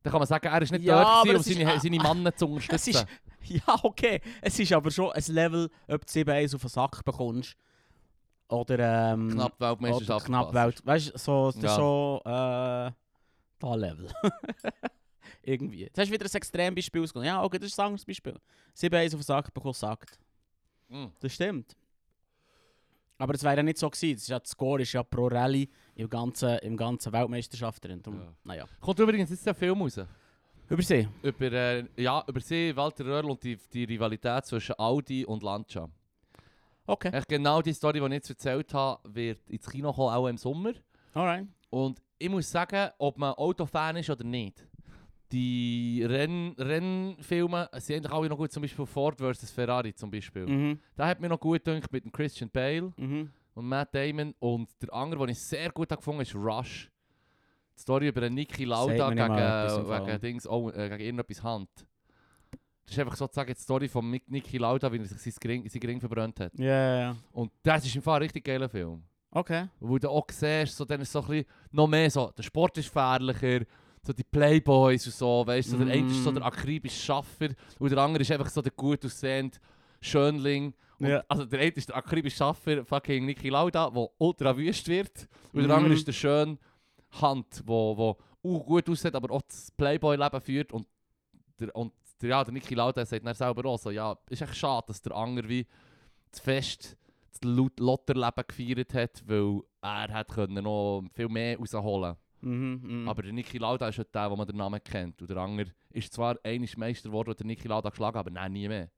S2: Dann kann man sagen, er ist nicht
S3: Ja,
S2: dort, gewesen,
S3: aber
S2: um
S3: es ist-
S2: seine, seine Mannen zu
S3: Es
S2: unterstützen.
S3: ist, ja, okay. Es ist aber schon ein Level, ob du 7-1 auf den Sack bekommst. Oder ähm,
S2: knapp
S3: oder
S2: Weltmeisterschaft.
S3: knapp
S2: gepasst.
S3: Welt. Weißt du, so, das ist
S2: dus Ja.
S3: schon äh, da Level. Irgendwie. Jetzt hast du wieder ein Extrembeispiel ausgenommen. Ja, okay, das ist ein anderes Beispiel. 7-1 auf den Sack bekommst, sagt.
S2: Mm.
S3: Das stimmt. Aber das wäre ja nicht so gewesen. Das, ist ja, das Score ist ja pro Rallye im ganzen, im ganzen Weltmeisterschaft drin. Darum,
S2: Ja.
S3: Naja.
S2: Kommt übrigens jetzt der Film raus.
S3: Übersehen.
S2: Über, äh, ja, über sie, Walter Röhrl und die, die Rivalität zwischen Audi und Lancia.
S3: Okay.
S2: Echt genau die Story, die ich jetzt erzählt habe, wird ins Kino kommen, auch im Sommer.
S3: Alright.
S2: Und ich muss sagen, ob man Autofan ist oder nicht, die Renn Rennfilme sind eigentlich alle noch gut, zum Beispiel Ford vs. Ferrari zum Beispiel.
S3: Mhm.
S2: Da hat mir noch gut gedacht mit dem Christian Bale.
S3: Mhm.
S2: und Matt Damon. Und der andere, den ich sehr gut habe gefunden habe, ist Rush. Die Story über einen Niki Lauda
S3: Sagt mir nicht mal etwas im
S2: gegen,
S3: Fall.
S2: wegen, Dings, oh, äh, gegen irgendetwas Hand. Das ist einfach sozusagen die Story von Mick- Niki Lauda, wie er sich sein Gring, sein Gring verbrannt hat.
S3: Ja, ja, ja.
S2: Und das ist im Fall ein richtig geiler Film.
S3: Okay.
S2: Wo du auch siehst, so, dann ist so ein bisschen noch mehr so, der Sport ist gefährlicher, so die Playboys und so, weißt du, so, der eine ist so
S3: Mm.
S2: der akribische Schaffer und der andere ist einfach so der gut aussehende Schönling. Und,
S3: Ja.
S2: Also der eine ist der akribische Schaffer, eh, fucking Niki Lauda, der ultra wüst wird und der
S3: Mhm.
S2: andere ist der schöne Hand, der wo, wo auch gut aussieht, aber auch das Playboy-Leben führt und der, und der, ja, der Niki Lauda sagt dann selber auch so, ja, ist echt schade, dass der andere wie das Fest, das Lot- Lotterleben gefeiert hat, weil er hat können noch viel mehr rausholen
S3: Mhm, mhm.
S2: Aber der Niki Lauda ist halt der, wo man den Namen kennt. Und der andere ist zwar einmal Meister geworden, der Niki Lauda geschlagen hat, aber nein, nie mehr.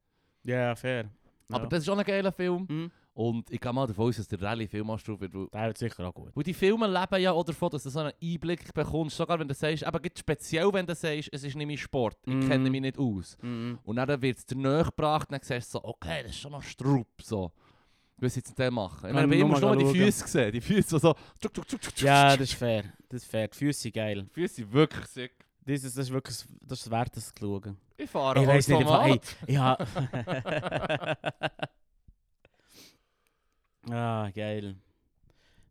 S3: Ja, fair.
S2: Aber
S3: ja.
S2: das ist auch ein geiler Film.
S3: Mhm.
S2: Und ich gehe mal davon aus, dass der Rallye viel mehr drauf wird. weil-
S3: Der wird sicher auch gut.
S2: Weil die Filme leben ja auch davon, dass du so einen Einblick bekommst. Sogar wenn du sagst, aber speziell wenn du sagst, es ist nicht mein Sport, ich
S3: Mhm.
S2: kenne mich nicht aus.
S3: Mhm.
S2: Und dann wird es dir näher gebracht und dann siehst du so, okay, das ist schon noch Strupp. So. Was sie jetzt denn machen? Ich
S3: Kann
S2: meine, bei
S3: ich
S2: ihm hast du
S3: nur
S2: nur die
S3: mal schauen.
S2: Füße gesehen. Die Füße, die so. Tschuk, tschuk, tschuk, tschuk,
S3: Ja,
S2: tschuk.
S3: das ist fair. Das ist fair. Die Füße sind geil.
S2: die Füße sind wirklich sick.
S3: Das ist, das ist wirklich das ist wert, das zu schauen.
S2: Ich fahre
S3: Ich weiß nicht, im Fall-
S2: Automat.
S3: hey, ich habe... ah, geil.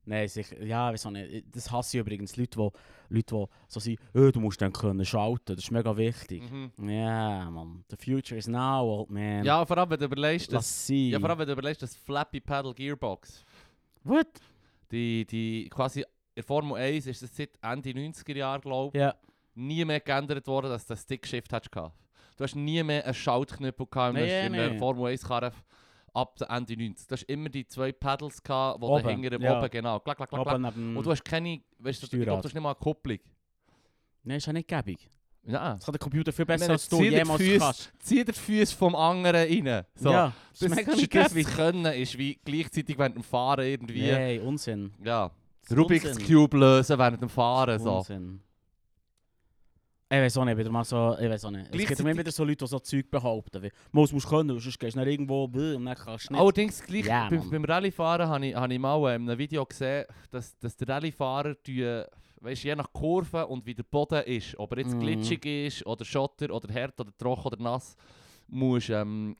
S3: Nein, sicher. Ja, wieso nicht. Das hasse ich übrigens. Leute, die, Leute, die so sind, oh, du musst dann können schalten, das ist mega wichtig.
S2: Mhm.
S3: Ja, Mann. The future is now, old man.
S2: Ja, vor allem wenn du überlegst, dass,
S3: Ähm, Lass sein.
S2: ja, vor allem, wenn du überlegst, dass Flappy Paddle Gearbox,
S3: What?
S2: die, die quasi in der Formel 1 ist das seit Ende 90er Jahre, glaube ich.
S3: Ja.
S2: nie mehr geändert worden, dass du einen Stickshift hattest. gehabt. Du hast nie mehr einen Schaltknüppel gehabt in
S3: Nee,
S2: einer- in einer
S3: nee.
S2: Formel 1 Karre ab der Ende 90. Du hast immer die zwei Pedals gehabt, die
S3: Oben,
S2: da hinten
S3: ja.
S2: oben, genau, klack, klack, klack, klack.
S3: Oben neben...
S2: Und du hast keine, weißt du, ich glaube,
S3: Steuerrad.
S2: du hast nicht mal eine Kupplung.
S3: Nein, ist ja nicht gäbig.
S2: Ja.
S3: Das kann der Computer viel
S2: Ich
S3: besser
S2: meine,
S3: als du
S2: zieh dir die
S3: jemals
S2: Füße-
S3: kannst.
S2: Zieh dir die Füße vom anderen rein. So.
S3: Ja,
S2: Das, das,
S3: merkst
S2: das,
S3: du gäbig.
S2: Können ist wie gleichzeitig während dem Fahren irgendwie.
S3: Nein, Unsinn.
S2: Ja.
S3: Das
S2: Rubik's
S3: Unsinn.
S2: Cube lösen während dem Fahren.
S3: Das ist
S2: So.
S3: Unsinn. Ich weiß auch nicht, wieder mal so, ich weiß auch nicht. Es gibt immer
S2: Gleichzeitig-
S3: wieder so Leute, die so Zeug behaupten. Wie, muss, musst können, sonst gehst du dann irgendwo bäh, und dann kannst du nicht.
S2: Allerdings gleich
S3: Ja,
S2: beim,
S3: Mann.
S2: beim Rallyefahren habe ich, hab ich mal äh, in einem Video gesehen, dass, dass der Rallyefahrer die, äh, weißt, je nach Kurve und wie der Boden ist, ob er jetzt
S3: Mhm.
S2: glitschig ist oder Schotter oder hart oder trocken oder nass, musst ähm,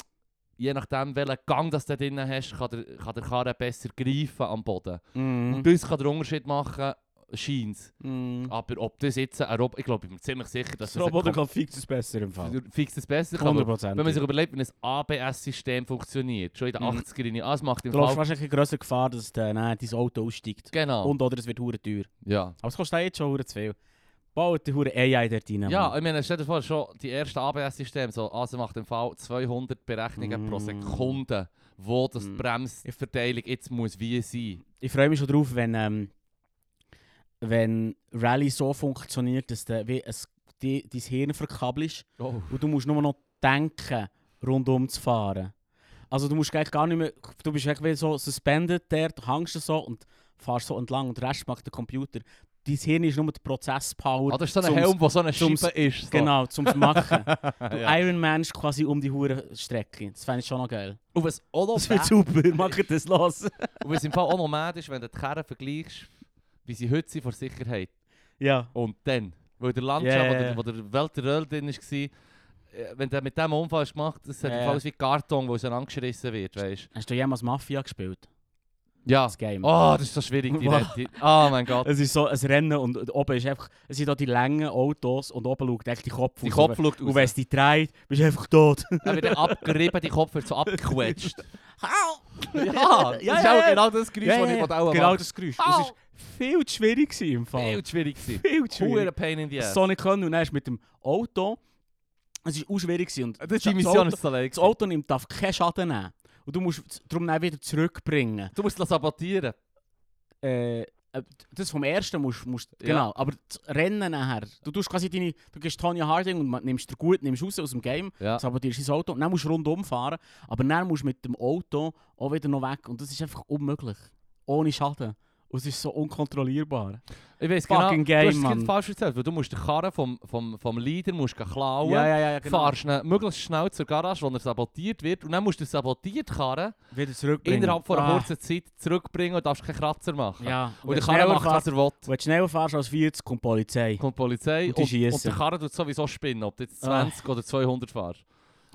S2: je nachdem welchen Gang das du drin hast, kann der, kann der Karre besser greifen am Boden.
S3: Mhm.
S2: Und das kann den Unterschied machen, scheint
S3: Mhm.
S2: Aber ob das jetzt ein Roboter, ich glaube, ich bin ziemlich sicher,
S3: Das
S2: dass das ein
S3: Roboter kann
S2: Kom-
S3: fix es besser im Fall.
S2: fix das besser kann. Aber
S3: 100%.
S2: Wenn man sich überlegt, wie ein ABS-System funktioniert, schon in den
S3: Mhm.
S2: 80er Jahren, ah, es macht im
S3: Du
S2: Fall
S3: läufst wahrscheinlich eine größere Gefahr, dass der, nein, dein Auto aussteigt.
S2: Genau.
S3: Und oder es wird hure teuer.
S2: ja.
S3: Aber es kostet auch jetzt schon hure zu viel. Baut die hure AI dort rein.
S2: ja,
S3: Mann.
S2: ich meine, stell dir vor, schon die ersten ABS-Systeme, so, also macht im Fall 200 Berechnungen pro
S3: Mm.
S2: Sekunde, wo das
S3: Mm.
S2: die Bremsverteilung jetzt muss wie sein.
S3: Ich freue mich schon drauf, wenn, ähm, wenn Rally so funktioniert, dass der, wie es, die, dein Hirn verkabelst
S2: Oh.
S3: Und du musst nur noch denken, rundum zu fahren. Also du musst eigentlich gar nicht mehr, du bist eigentlich wie so suspended der, du hängst so und fährst so entlang und den Rest macht der Computer. Dein Hirn ist nur die Prozesspower,
S2: Ah, das ist so ein
S3: Zum's-
S2: Helm, der so eine
S3: zum's-
S2: Schippe ist. So.
S3: genau, zum zu machen. Du
S2: ja.
S3: Iron Man ist quasi um die hure Strecke. Das fände ich schon noch geil.
S2: Und was auch noch
S3: Das wird super, mach das los.
S2: und was im Fall auch noch mad ist, wenn du die Kerne vergleichst, wie sie heute sind vor Sicherheit.
S3: ja.
S2: Und dann, weil der Landschaft,
S3: Ja, ja,
S2: wo,
S3: ja.
S2: der, wo der Weltteröl drin war, äh, wenn der mit diesem Unfall ist gemacht das hat
S3: Ja,
S2: im
S3: ja.
S2: Fall wie Karton, wo es angeschrissen wird, weißt
S3: Hast du jemals Mafia gespielt?
S2: Ja.
S3: Das Game.
S2: Oh, das ist so schwierig, die
S3: Wow.
S2: Rente. Oh mein Gott.
S3: Es ist so ein Rennen und oben ist einfach, es sind da die langen Autos und oben schaut echt die Kopf
S2: Die
S3: raus.
S2: Kopf schaut
S3: Und
S2: aus.
S3: wenn es dich dreht, bist du einfach tot.
S2: Dann wird er abgerieben, die Kopf wird so abgequetscht.
S3: Au!
S2: ja, das ist auch genau das Geräusch,
S3: Ja,
S2: das
S3: ja,
S2: ich
S3: ja.
S2: wollte auch
S3: Genau
S2: machen
S3: das Geräusch.
S2: Au!
S3: Das war viel zu schwierig gewesen im Fall.
S2: Viel zu schwierig gewesen.
S3: Viel zu
S2: Pure
S3: schwierig.
S2: Pain in the
S3: Das
S2: ass.
S3: Sonic können und dann ist mit dem Auto. Es war auch schwierig. gewesen Und
S2: Das ist die
S3: das
S2: Mission
S3: Auto,
S2: ist so leid
S3: das Auto nimmt, darf keinen Schaden nehmen. Und du musst es darum dann wieder zurückbringen.
S2: Du musst das sabotieren.
S3: Äh, äh, das vom ersten musst du.
S2: Ja.
S3: Genau, aber das Rennen nachher. Du tust quasi deine. Du gehst Tonya Harding und ma- nimmst dir gut, nimmst raus aus dem Game,
S2: Ja.
S3: sabotierst dein Auto und dann musst du rundum fahren. Aber dann musst du mit dem Auto auch wieder noch weg. Und das ist einfach unmöglich. Ohne Schaden. Und es ist so unkontrollierbar.
S2: Ich weiß genau,
S3: Fucking
S2: du
S3: game,
S2: hast es gerade
S3: Mann.
S2: falsch erzählt, weil du musst den Karren vom, vom, vom Leader musst gehen klauen.
S3: ja, ja, ja,
S2: Fahrst ihn möglichst schnell zur Garage, wo er sabotiert wird. Und dann musst du den sabotiert Karren
S3: Wieder zurückbringen.
S2: innerhalb von einer
S3: Ah,
S2: kurzen Zeit zurückbringen und darfst keinen Kratzer machen.
S3: Ja.
S2: Und
S3: wenn
S2: der
S3: du
S2: Karre
S3: schneller
S2: macht, was
S3: fahrst-
S2: er will.
S3: Wenn du schneller fährst als 40, kommt die Polizei.
S2: Kommt die Polizei
S3: Und
S2: und,
S3: die
S2: und,
S3: schiessen.
S2: der Karre tut sowieso spinnen, ob du jetzt
S3: Ah.
S2: 20 oder 200 fährst.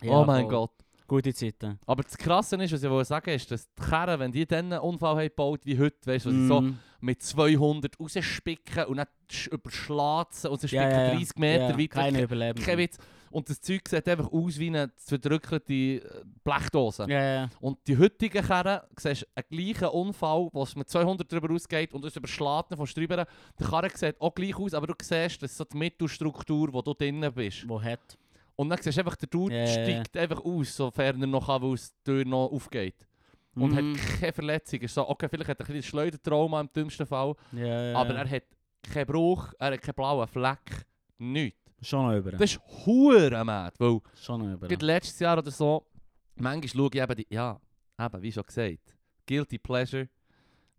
S3: Ja,
S2: oh mein
S3: voll.
S2: Gott.
S3: Gute Zeiten.
S2: Aber das Krasse ist, was ich wollte sagen ist, dass die Kerren, wenn die dann einen Unfall haben gebaut wie heute, weißt du, was sie so
S3: Mm.
S2: mit 200 rausspicken und dann sch- überschlagen und sie spicken 30 Meter weit.
S3: Keine
S2: Kein-
S3: Überleben.
S2: Kein Witz. Und das Zeug sieht einfach aus wie eine verdrückelte äh, Blechdose.
S3: Ja, ja, ja.
S2: Und die heutigen Karren, siehst du einen gleichen Unfall, wo es mit 200 drüber ausgeht und es überschlagen von drüber. Der Karren sieht auch gleich aus, aber du siehst, das ist so die Mittelstruktur, wo du drinnen bist.
S3: Wo hat?
S2: Und dann siehst du einfach, der Dude
S3: Ja, ja, ja.
S2: steigt einfach aus, sofern er noch kann, weil es die Tür noch aufgeht. Und
S3: Mhm.
S2: hat keine Verletzung. Ist so, okay, vielleicht hat Ah, er ein bisschen Schleudertrauma im dümmsten Fall,
S3: Ja, ja, ja.
S2: aber er hat kein Bruch, er hat keinen blauen Fleck, nichts.
S3: Schon noch über.
S2: Das ist hure mad, weil
S3: Schon noch über.
S2: Gerade letztes Jahr oder so, manchmal schaue ich eben, die, ja, eben, wie schon gesagt, Guilty Pleasure.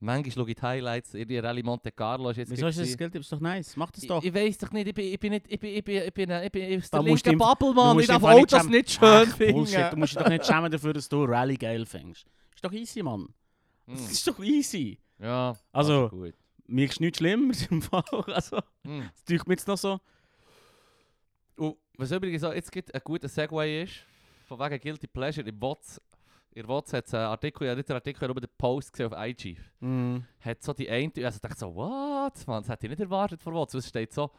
S2: Manchmal schaue ich die Highlights, irgendwie Rallye Monte Carlo ist jetzt...
S3: Wieso ist
S2: gerade
S3: das Geld? Ist doch nice. Mach das
S2: gewesen.
S3: doch.
S2: Ich, ich weiß doch nicht, ich bin, ich bin nicht, ich bin, ich bin, ich bin, ich bin aus
S3: Da
S2: der
S3: musst
S2: linken
S3: du im-
S2: Bubble,
S3: du
S2: Mann,
S3: musst
S2: ich darf
S3: im Fall nicht
S2: Autos
S3: schämen.
S2: nicht schön
S3: Ach,
S2: finden.
S3: Bullshit. Du musst dich doch nicht schämen dafür, dass du Rally geil findest. Ist doch easy, Mann. Das
S2: Mm.
S3: ist doch easy.
S2: Ja,
S3: Also-
S2: das ist gut.
S3: Mir ist nichts schlimmer im Fall. Also,
S2: Mm.
S3: das tue ich mir jetzt noch so.
S2: Und was übrigens auch jetzt gibt, ein guter Segway ist, von wegen Guilty Pleasure, im WhatsApp, in WhatsApp hat es einen Artikel, ich habe nicht den Artikel, ich habe nur den Post gesehen auf IG. hat so die eine, also ich dachte so, what, man, das hätte ich nicht erwartet von was. Es steht so,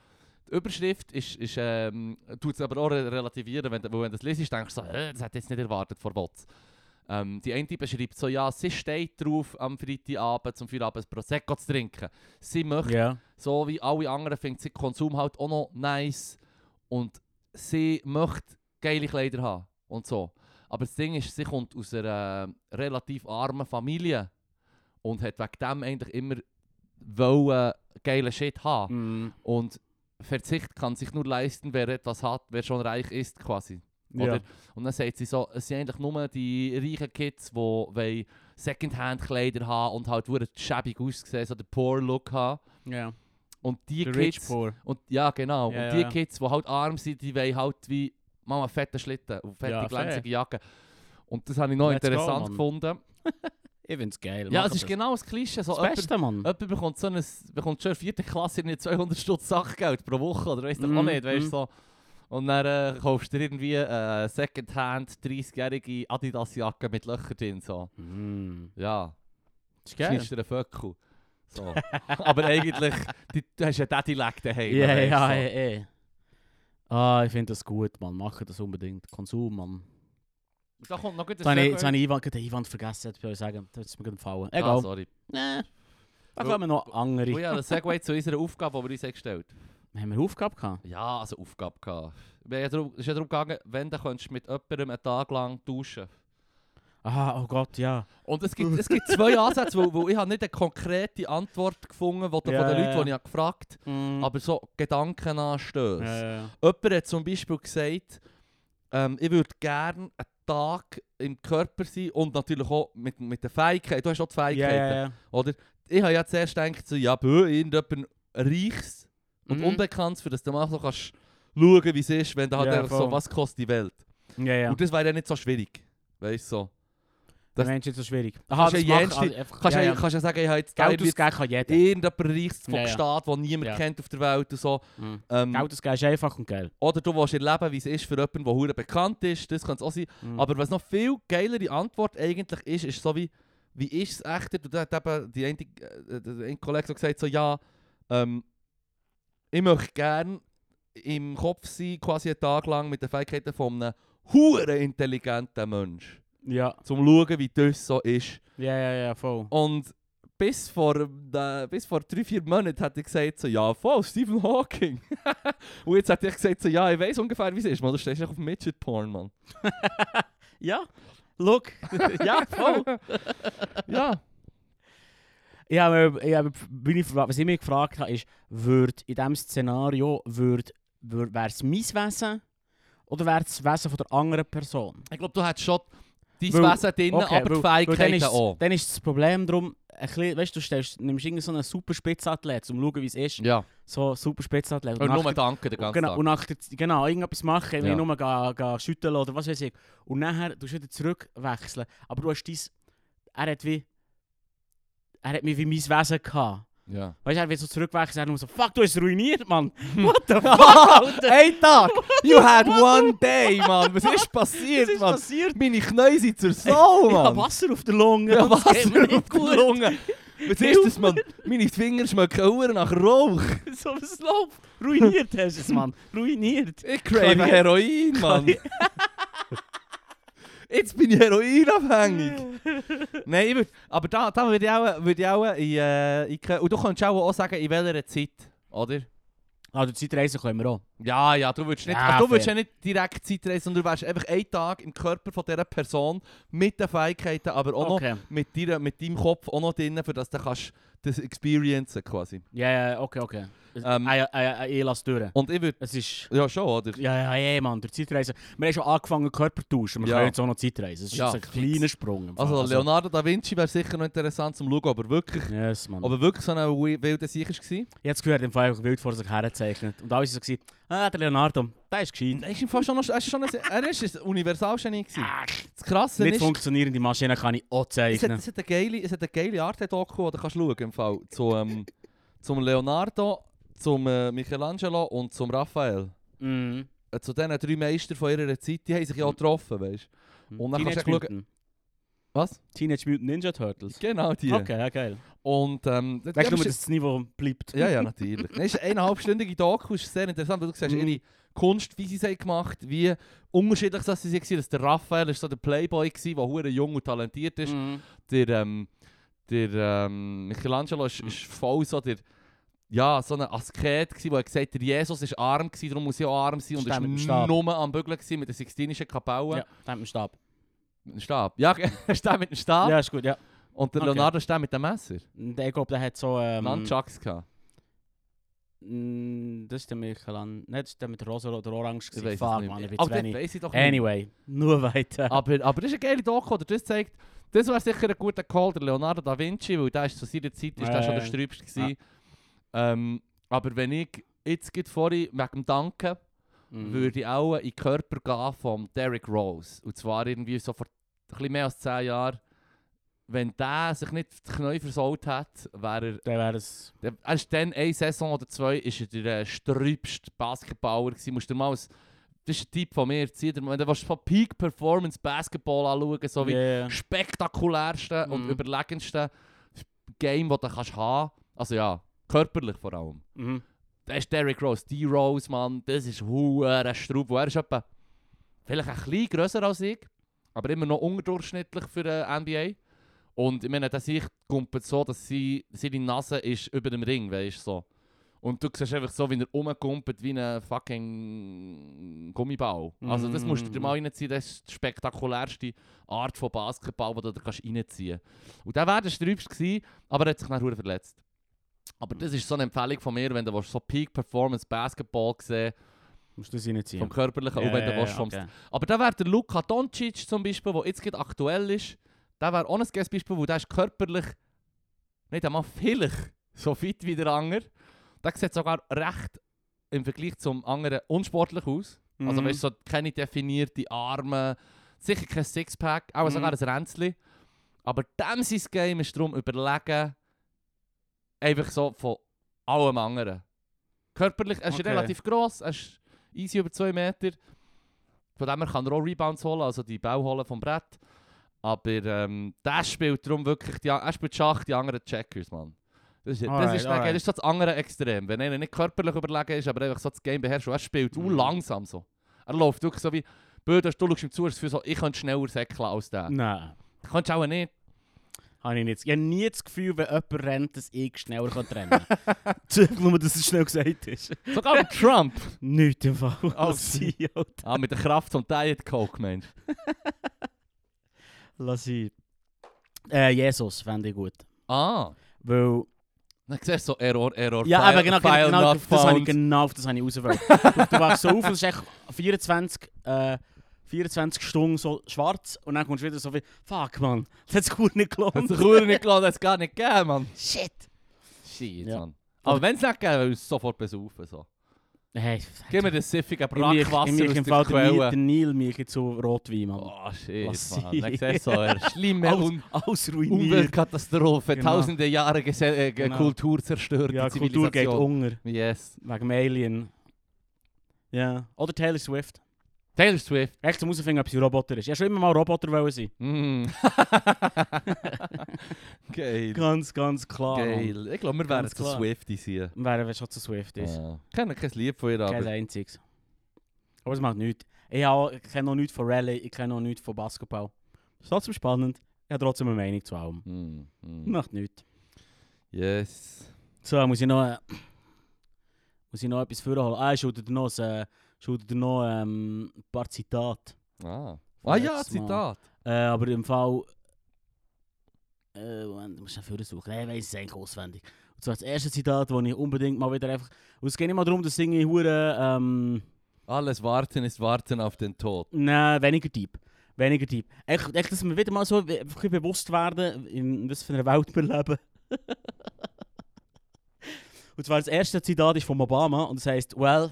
S2: die Überschrift ist, ist ähm, tut es aber auch re- relativieren, wenn, du- weil wenn du das liest, denkst du so, «Hä, das hätte ich jetzt nicht erwartet von was. Ähm, die eine beschreibt so, ja, sie steht drauf, am Freitagabend zum Feierabend ein Prosecco zu trinken. Sie möchte
S3: Ja.
S2: so wie alle anderen findet sie Konsum halt auch noch nice und sie möchte geile Kleider haben und so. Aber das Ding ist, sie kommt aus einer äh, relativ armen Familie und hat wegen dem eigentlich immer wollen, geile Shit haben.
S3: Mhm.
S2: Und Verzicht kann sich nur leisten, wer etwas hat, wer schon reich ist quasi. Oder? Und dann sagt sie so, es sind eigentlich nur die reichen Kids, die wollen Secondhand-Kleider haben und halt verdammt schäbig aussehen, so den Poor-Look haben.
S3: Ja.
S2: Und die
S3: The rich
S2: Kids...
S3: poor.
S2: Und ja, genau.
S3: Ja,
S2: und die
S3: ja.
S2: Kids, die halt arm sind, die wollen halt wie Mama fette Schlitten und fette
S3: Ja,
S2: glänzige Jacken. Und das habe ich noch
S3: Let's go,
S2: interessant
S3: Mann.
S2: gefunden.
S3: Ich find's geil.
S2: Ja,
S3: mach
S2: es ist
S3: das.
S2: genau das Klischee. So, Äh,
S3: Das Beste, Mann.
S2: jemand, jemand bekommt, so ein, bekommt schon in der vierten Klasse irgendwie 200 Stutz Sachgeld pro Woche oder weißt du auch
S3: Mhm,
S2: nicht, weißt du
S3: mhm.
S2: so. Und dann äh, kaufst du dir irgendwie äh, Secondhand 30-jährige Adidas-Jacke mit Löchern drin. So.
S3: Mhm.
S2: Ja,
S3: Das ist
S2: schneidest dir einen Föckel. So. Aber eigentlich, die, du hast ja Daddy-Lag daheim.
S3: Ja,
S2: weißt du,
S3: ja,
S2: so.
S3: ja, ja. Ah, ich finde das gut, Mann. Mache das unbedingt. Konsum, Mann.
S2: Und Da kommt noch gut ein
S3: Jetzt habe ich, jetzt habe
S2: Segway.
S3: ich Ivan, den Ivan vergessen, hätte ich euch sagen. Das ist mir gerade gefallen.
S2: Ah,
S3: Egal.
S2: sorry.
S3: Nee. Da
S2: Weil-
S3: kommen noch andere.
S2: Oh ja, das Segway zu unserer Aufgabe, die wir uns haben gestellt
S3: Haben wir eine Aufgabe gehabt?
S2: Ja, also Aufgabe gehabt. Wir haben ja darum- Es ist ja darum gegangen, wenn du könntest mit jemandem einen Tag lang duschen
S3: Ah, oh Gott, ja.
S2: Und es gibt, es gibt zwei Ansätze, weil, weil ich habe nicht eine konkrete Antwort gefunden wo der-
S3: Ja,
S2: von den
S3: ja,
S2: Leuten, die ich habe gefragt
S3: Mm.
S2: habe, aber so Gedankenanstöße.
S3: Äh,
S2: Jemand hat zum Beispiel gesagt, ähm, ich würde gerne einen Tag im Körper sein und natürlich auch mit, mit den Fähigkeiten. Du hast auch die
S3: ja,
S2: Fähigkeiten.
S3: ja, ja.
S2: Oder? Ich habe ja zuerst gedacht, so, ja, bö, irgendjemand Reichs und
S3: Mhm.
S2: Unbekanntes, für das du mal so kannst schauen, wie es ist, wenn du halt
S3: Ja,
S2: einfach so,
S3: voll.
S2: was kostet die Welt.
S3: ja, ja.
S2: Und das wäre ja nicht so schwierig. Weißt du? So.
S3: Das
S2: das-
S3: Mensch ist so schwierig.
S2: Kannst ja
S3: macht-
S2: jenste-
S3: also einfach-
S2: Kannst
S3: dus ja,
S2: ja,
S3: ja.
S2: Kannst ja sagen, ich habe jetzt da
S3: Geld
S2: irgendwie
S3: ausgeben kann jeder.
S2: irgendjemand Reichs vom
S3: Ja, ja.
S2: Staat, den niemand
S3: Ja.
S2: kennt auf der Welt und so.
S3: Mhm.
S2: Ähm,
S3: Geld ausgeben ist einfach und geil.
S2: oder du willst erleben, wie es ist für jemanden, der hure bekannt ist. Das kann es auch sein.
S3: Mhm.
S2: Aber was noch viel geilere Antwort eigentlich ist, ist so wie, wie ist es echter? Du hat eben die eine, äh, der eine Kollege so gesagt, so ja, ähm, ich möchte gerne im Kopf sein, quasi einen Tag lang mit den Fähigkeiten von einem hure intelligenten Mensch.
S3: ja.
S2: Zum zu schauen, wie das so ist.
S3: ja, ja, ja, voll.
S2: Und bis vor, äh, bis vor drei, vier Monaten hat ich gesagt, so, ja, voll, Stephen Hawking. Und jetzt hat ich gesagt, so, ja, ich weiß ungefähr, wie es ist. Man, du stehst echt auf Midget-Porn, Mann.
S3: Ja, look. ja, voll.
S2: Ja.
S3: Ich habe, ich habe, bin ich, was ich mich gefragt habe, ist, würd in diesem Szenario würd, würd, wäre es mein Wesen oder wäre es das Wesen von der anderen Person?
S2: Ich glaube, du hast schon dein
S3: Weil-
S2: Wesen drin,
S3: okay,
S2: aber
S3: weil-
S2: die
S3: weil dann
S2: Fähigkeiten
S3: ist,
S2: auch.
S3: Dann ist das Problem darum, ein bisschen, weißt, du stellst, nimmst irgendeinen so einen super Spitzathlet, um zu schauen, wie es ist.
S2: Ja,
S3: So super Spitzathlet.
S2: und nur
S3: nachher-
S2: danken den ganzen
S3: genau,
S2: Tag.
S3: und nachher, genau, irgendetwas machen, wie
S2: Ja.
S3: nur ga, ga schütteln oder was weiß ich. Und nachher tust du wieder zurückwechseln. Aber du hast dein, er hat wie, er hat mich wie mein Wesen gehabt.
S2: Ja.
S3: Weißt du, er wird so zurückwechseln, er nur so, fuck, du hast es ruiniert, Mann. What the fuck, Alter?
S2: Ein Tag! You had
S3: What?
S2: one day, Mann! Was ist
S3: Was
S2: passiert,
S3: ist
S2: Mann?
S3: passiert?
S2: Meine Knie sind zur Sau,
S3: Ich hab
S2: Mann!
S3: Wasser auf der Lunge.
S2: Ja,
S3: das geht mir
S2: Wasser
S3: nicht
S2: auf die
S3: gut.
S2: Lunge. Was ist das, Mann? Meine Finger schmecken hure nach Rauch.
S3: so was läuft. Ruiniert hast du es, Mann. Ruiniert.
S2: Ich crave
S3: Karriere-
S2: Heroin, Mann! Jetzt bin ich heroinabhängig! Nein, ich würd, aber da, da würde ich auch, würd ich auch in, äh, in, ke- Und du könntest auch, auch sagen, in welcher Zeit, oder?
S3: Also die Zeitreisen können wir auch.
S2: Ja, ja, du würdest nicht,
S3: Ja,
S2: also du würdest ja
S3: fair.
S2: nicht direkt Zeitreisen, sondern du wärst einfach einen Tag im Körper von dieser Person mit den Fähigkeiten, aber auch
S3: okay.
S2: noch mit, dir, mit deinem Kopf auch noch drin, für das du kannst das experiencen quasi.
S3: Ja, ja, okay, okay.
S2: Ähm.
S3: Ah, ja, ah, ja, ah, ich lasse durch.
S2: Und ich würde,
S3: Es ist...
S2: ja schon, oder?
S3: Ja, ja, ja, Mann, durch Zeitreisen. Wir haben schon angefangen Körper zu tauschen, wir
S2: Ja.
S3: können jetzt auch noch Zeitreisen. Es ist
S2: Ja,
S3: jetzt ein
S2: fix.
S3: kleiner Sprung. im Fall.
S2: Also Leonardo da Vinci wäre sicher noch interessant zum Schauen, aber wirklich,
S3: Yes, Mann.
S2: aber wirklich so ein wi- wilder Sieg war.
S3: Jetzt gehört im Fall einfach wild vor sich herzeichnet. Und alle waren so, gewesen, ah, der Leonardo, der ist gescheit.
S2: Er ist im Fall schon, noch, er ist schon ein, er ist ein Universalgenie gewesen. Das Krasse
S3: Nicht
S2: ist,
S3: funktionierende Maschinen kann ich auch
S2: es hat,
S3: zeichnen.
S2: es hat eine geile, es hat eine geile Art, der Doku, die du kannst schauen im Fall. Zu, ähm, zum Leonardo, zum äh, Michelangelo und zum Raphael.
S3: Mhm.
S2: Äh, zu diesen drei Meistern von ihrer Zeit, die haben sich ja auch getroffen, weißt du. Und dann kannst du
S3: Teenage
S2: auch schauen-
S3: Mutant.
S2: Was?
S3: Teenage Mutant Ninja Turtles.
S2: Genau die.
S3: Okay, ja geil.
S2: Und ähm,
S3: Weißt du,
S2: ja,
S3: nur, dass das Niveau bleibt?
S2: Ja, ja, natürlich. Nein, Es ist eine eineinhalbstündige Doku, ist sehr interessant, weil du siehst,
S3: Mhm.
S2: ihre Kunst, wie sie es haben gemacht wie unterschiedlich das sie waren. Dass der Raphael ist so der Playboy war, der hure jung und talentiert ist.
S3: Mhm.
S2: Der, ähm, der ähm, Michelangelo ist,
S3: Mhm.
S2: ist voll so der, ja, so ein Asket gsi, der gesagt hat, der Jesus ist arm gsi, darum muss ich auch arm sein. Und
S3: Stab mit dem
S2: ist
S3: Stab.
S2: nur am Bügeln gsi mit der Sixtinischen Kapelle.
S3: Ja, da hat man Stab.
S2: Mit dem Stab. Ja, er steht mit dem Stab.
S3: Ja, ist gut, ja.
S2: Und der
S3: Okay.
S2: Leonardo steht mit dem Messer.
S3: Und Ich glaube, der hat so... Ähm,
S2: Nunchucks gehabt.
S3: Mm, Das ist der Michelangelo. Nein, das ist der mit rosa oder orange.
S2: Ich
S3: gewesen.
S2: weiss es
S3: Fuck,
S2: nicht
S3: Mann, ich
S2: mehr.
S3: bin zu
S2: Aber das
S3: wenig.
S2: weiss ich doch nicht.
S3: Anyway, nur weiter.
S2: Aber, aber das ist eine geile Doku, oder? Das zeigt, das wäre sicher ein guter Call, der Leonardo da Vinci, weil der ist zu seiner Zeit ist der
S3: Ja,
S2: schon
S3: ja,
S2: der
S3: ja.
S2: Sträubste gewesen. Ähm, aber wenn ich jetzt geht vorhin wegen dem Danken,
S3: Mhm.
S2: würde ich auch in den Körper gehen von Derrick Rose. Und zwar irgendwie so vor ein bisschen mehr als 10 Jahren. Wenn der sich nicht die Knie versaut hat, wäre er
S3: Dann wäre es...
S2: der- Er ist dann eine Saison oder zwei ist er der äh, sträubste Basketballer gewesen. Musst du dir mal als, das ist ein Typ von mir, zieh dir mal- wenn du willst von Peak Performance Basketball anschauen, so wie
S3: Yeah.
S2: spektakulärsten und
S3: Mhm.
S2: überlegendsten Game, das du kannst haben. Also ja, körperlich vor allem.
S3: Mhm.
S2: Das ist Derrick Rose, die Rose, Mann, das ist hure Straub. Er ist etwa vielleicht ein bisschen grösser als ich, aber immer noch unterdurchschnittlich für äh, die NBA. Und ich meine, das ich kommt so, dass sie, seine Nase ist über dem Ring, weißt du so. Und du siehst einfach so, wie er rumkumpelt wie ein fucking Gummibau. Also das musst du dir mal reinziehen, das ist die spektakulärste Art von Basketball, die du dir kannst reinziehen kannst. Und der wäre der Sträubste gewesen, aber er hat sich dann verdammt verletzt. Aber das ist so eine Empfehlung von mir, wenn du willst, so Peak Performance Basketball sehen
S3: Musst du das reinziehen.
S2: vom körperlichen, auch wenn du willst, vom
S3: okay.
S2: Aber da wäre der Luka Doncic zum Beispiel, der jetzt gerade aktuell ist, der wäre auch ein gutes Beispiel, weil der ist körperlich nicht einmal vielleicht so fit wie der andere. Der sieht sogar recht im Vergleich zum anderen unsportlich aus. Also
S3: Mhm.
S2: weißt du, so keine definierte Arme, sicher kein Sixpack, auch
S3: Mhm.
S2: sogar ein Ränzli. Aber dem sein Game ist darum überlegen, einfach so von allem anderen. Körperlich, er ist
S3: Okay.
S2: relativ gross, er ist easy über 2 Meter. Von dem her kann er auch Rebounds holen, also die Bau holen vom Brett. Aber ähm, der spielt darum wirklich, die, er spielt Schach, die anderen Checkers, Mann. Das ist, das,
S3: Alright,
S2: ist, der-
S3: alright.
S2: das ist so das andere Extrem. Wenn einer nicht körperlich überlegen ist, aber einfach so das Game beherrscht. Und Er spielt
S3: Mhm.
S2: mhm. langsam so. Er läuft wirklich so wie, Böder, du schaust ihm zu, hast das Gefühl so, ich könnte schneller säckeln als der.
S3: Nein.
S2: Kannst du auch nicht.
S3: Habe ich nicht. Ich habe nie das Gefühl, wenn jemand rennt, dass ich schneller kann rennen kann. Nur, dass es schnell gesagt ist.
S2: Sogar Trump.
S3: Nicht im Fall.
S2: Alles.
S3: Lass ihn, Alter.
S2: Ah, mit der Kraft zum Diet Coke, Mensch.
S3: Lass ihn. Äh, Jesus fände ich gut.
S2: Ah.
S3: Weil...
S2: Dann siehst du so Error, Error,
S3: Ja,
S2: File,
S3: aber genau,
S2: File
S3: genau, genau
S2: not
S3: auf das habe ich
S2: found.
S3: genau auf das habe ich rausgefallen. du, du wachst so auf, und es ist echt 24, äh, 24 Stunden so schwarz und dann kommst du wieder so wie, fuck man, das hat sich gut nicht
S2: Hat
S3: gelohnt.
S2: sich Ruhe nicht gelassen, hat es gar nicht gegeben, Mann.
S3: Shit.
S2: Shit,
S3: Ja.
S2: Mann. Aber wenn es nicht gegeben wäre, uns sofort besaufen. So.
S3: Hey,
S2: Gib mir das siffige
S3: ich mich, ich
S2: Brackwasser
S3: mich im Fall
S2: aus der
S3: der Nil, der
S2: Quelle.
S3: Nil mich jetzt so Rotwein, Mann.
S2: Oh shit,
S3: Was
S2: Mann. Dann
S3: ich-
S2: siehst du so eine schlimme
S3: Alles-
S2: Un
S3: Alles ruiniert.
S2: Umweltkatastrophe,
S3: Genau.
S2: tausende Jahre Gese äh,
S3: Genau.
S2: Kultur zerstört,
S3: Ja,
S2: ja,
S3: die Kultur geht um.
S2: Zivilisation.
S3: unter.
S2: Yes.
S3: Wegen dem Alien. Ja. Oder Taylor Swift.
S2: Taylor Swift.
S3: Echt zum Rausfinden, ob sie ein Roboter ist. Ich wollte schon immer mal Roboter wollen sein.
S2: Mm. Geil.
S3: Ganz, ganz klar. Mann.
S2: Geil. Ich glaube, wir wären
S3: Ganz
S2: zu
S3: klar.
S2: Swifties hier.
S3: Wären wir schon zu Swift ist.
S2: Ja. Ich kenne kein Lied von ihr,
S3: Kein
S2: aber...
S3: einziges. Aber es macht nichts. Ich, habe, ich kenne noch nichts von Rallye, ich kenne noch nichts von Basketball. Ist trotzdem spannend. Ich habe trotzdem eine Meinung zu allem.
S2: Mm, mm.
S3: Nou. Macht nichts.
S2: Yes.
S3: nou, eh, So, muss ich noch... Äh, Muss ich noch etwas vorholen? Ah, ich schulde dir noch, ein, äh, schulde dir noch ähm, ein paar Zitate.
S2: Ah,
S3: Vom
S2: ah ja,
S3: letzten Mal.
S2: Zitat.
S3: Äh, aber im Fall. Äh, Moment, ich muss schnell vorher suchen. Nein, ich weiß es eigentlich auswendig. Und zwar das erste Zitat, das ich unbedingt mal wieder einfach. Und es geht nicht mal darum, dass Dinge Huren. Ähm,
S2: Alles Warten ist Warten auf den Tod.
S3: Nein, weniger deep. Weniger deep. Echt, echt dass wir wieder mal so einfach ein bisschen bewusst werden, in dus was für einer Welt wir leben. und zwar das erste Zitat ist von Obama und es heißt, well,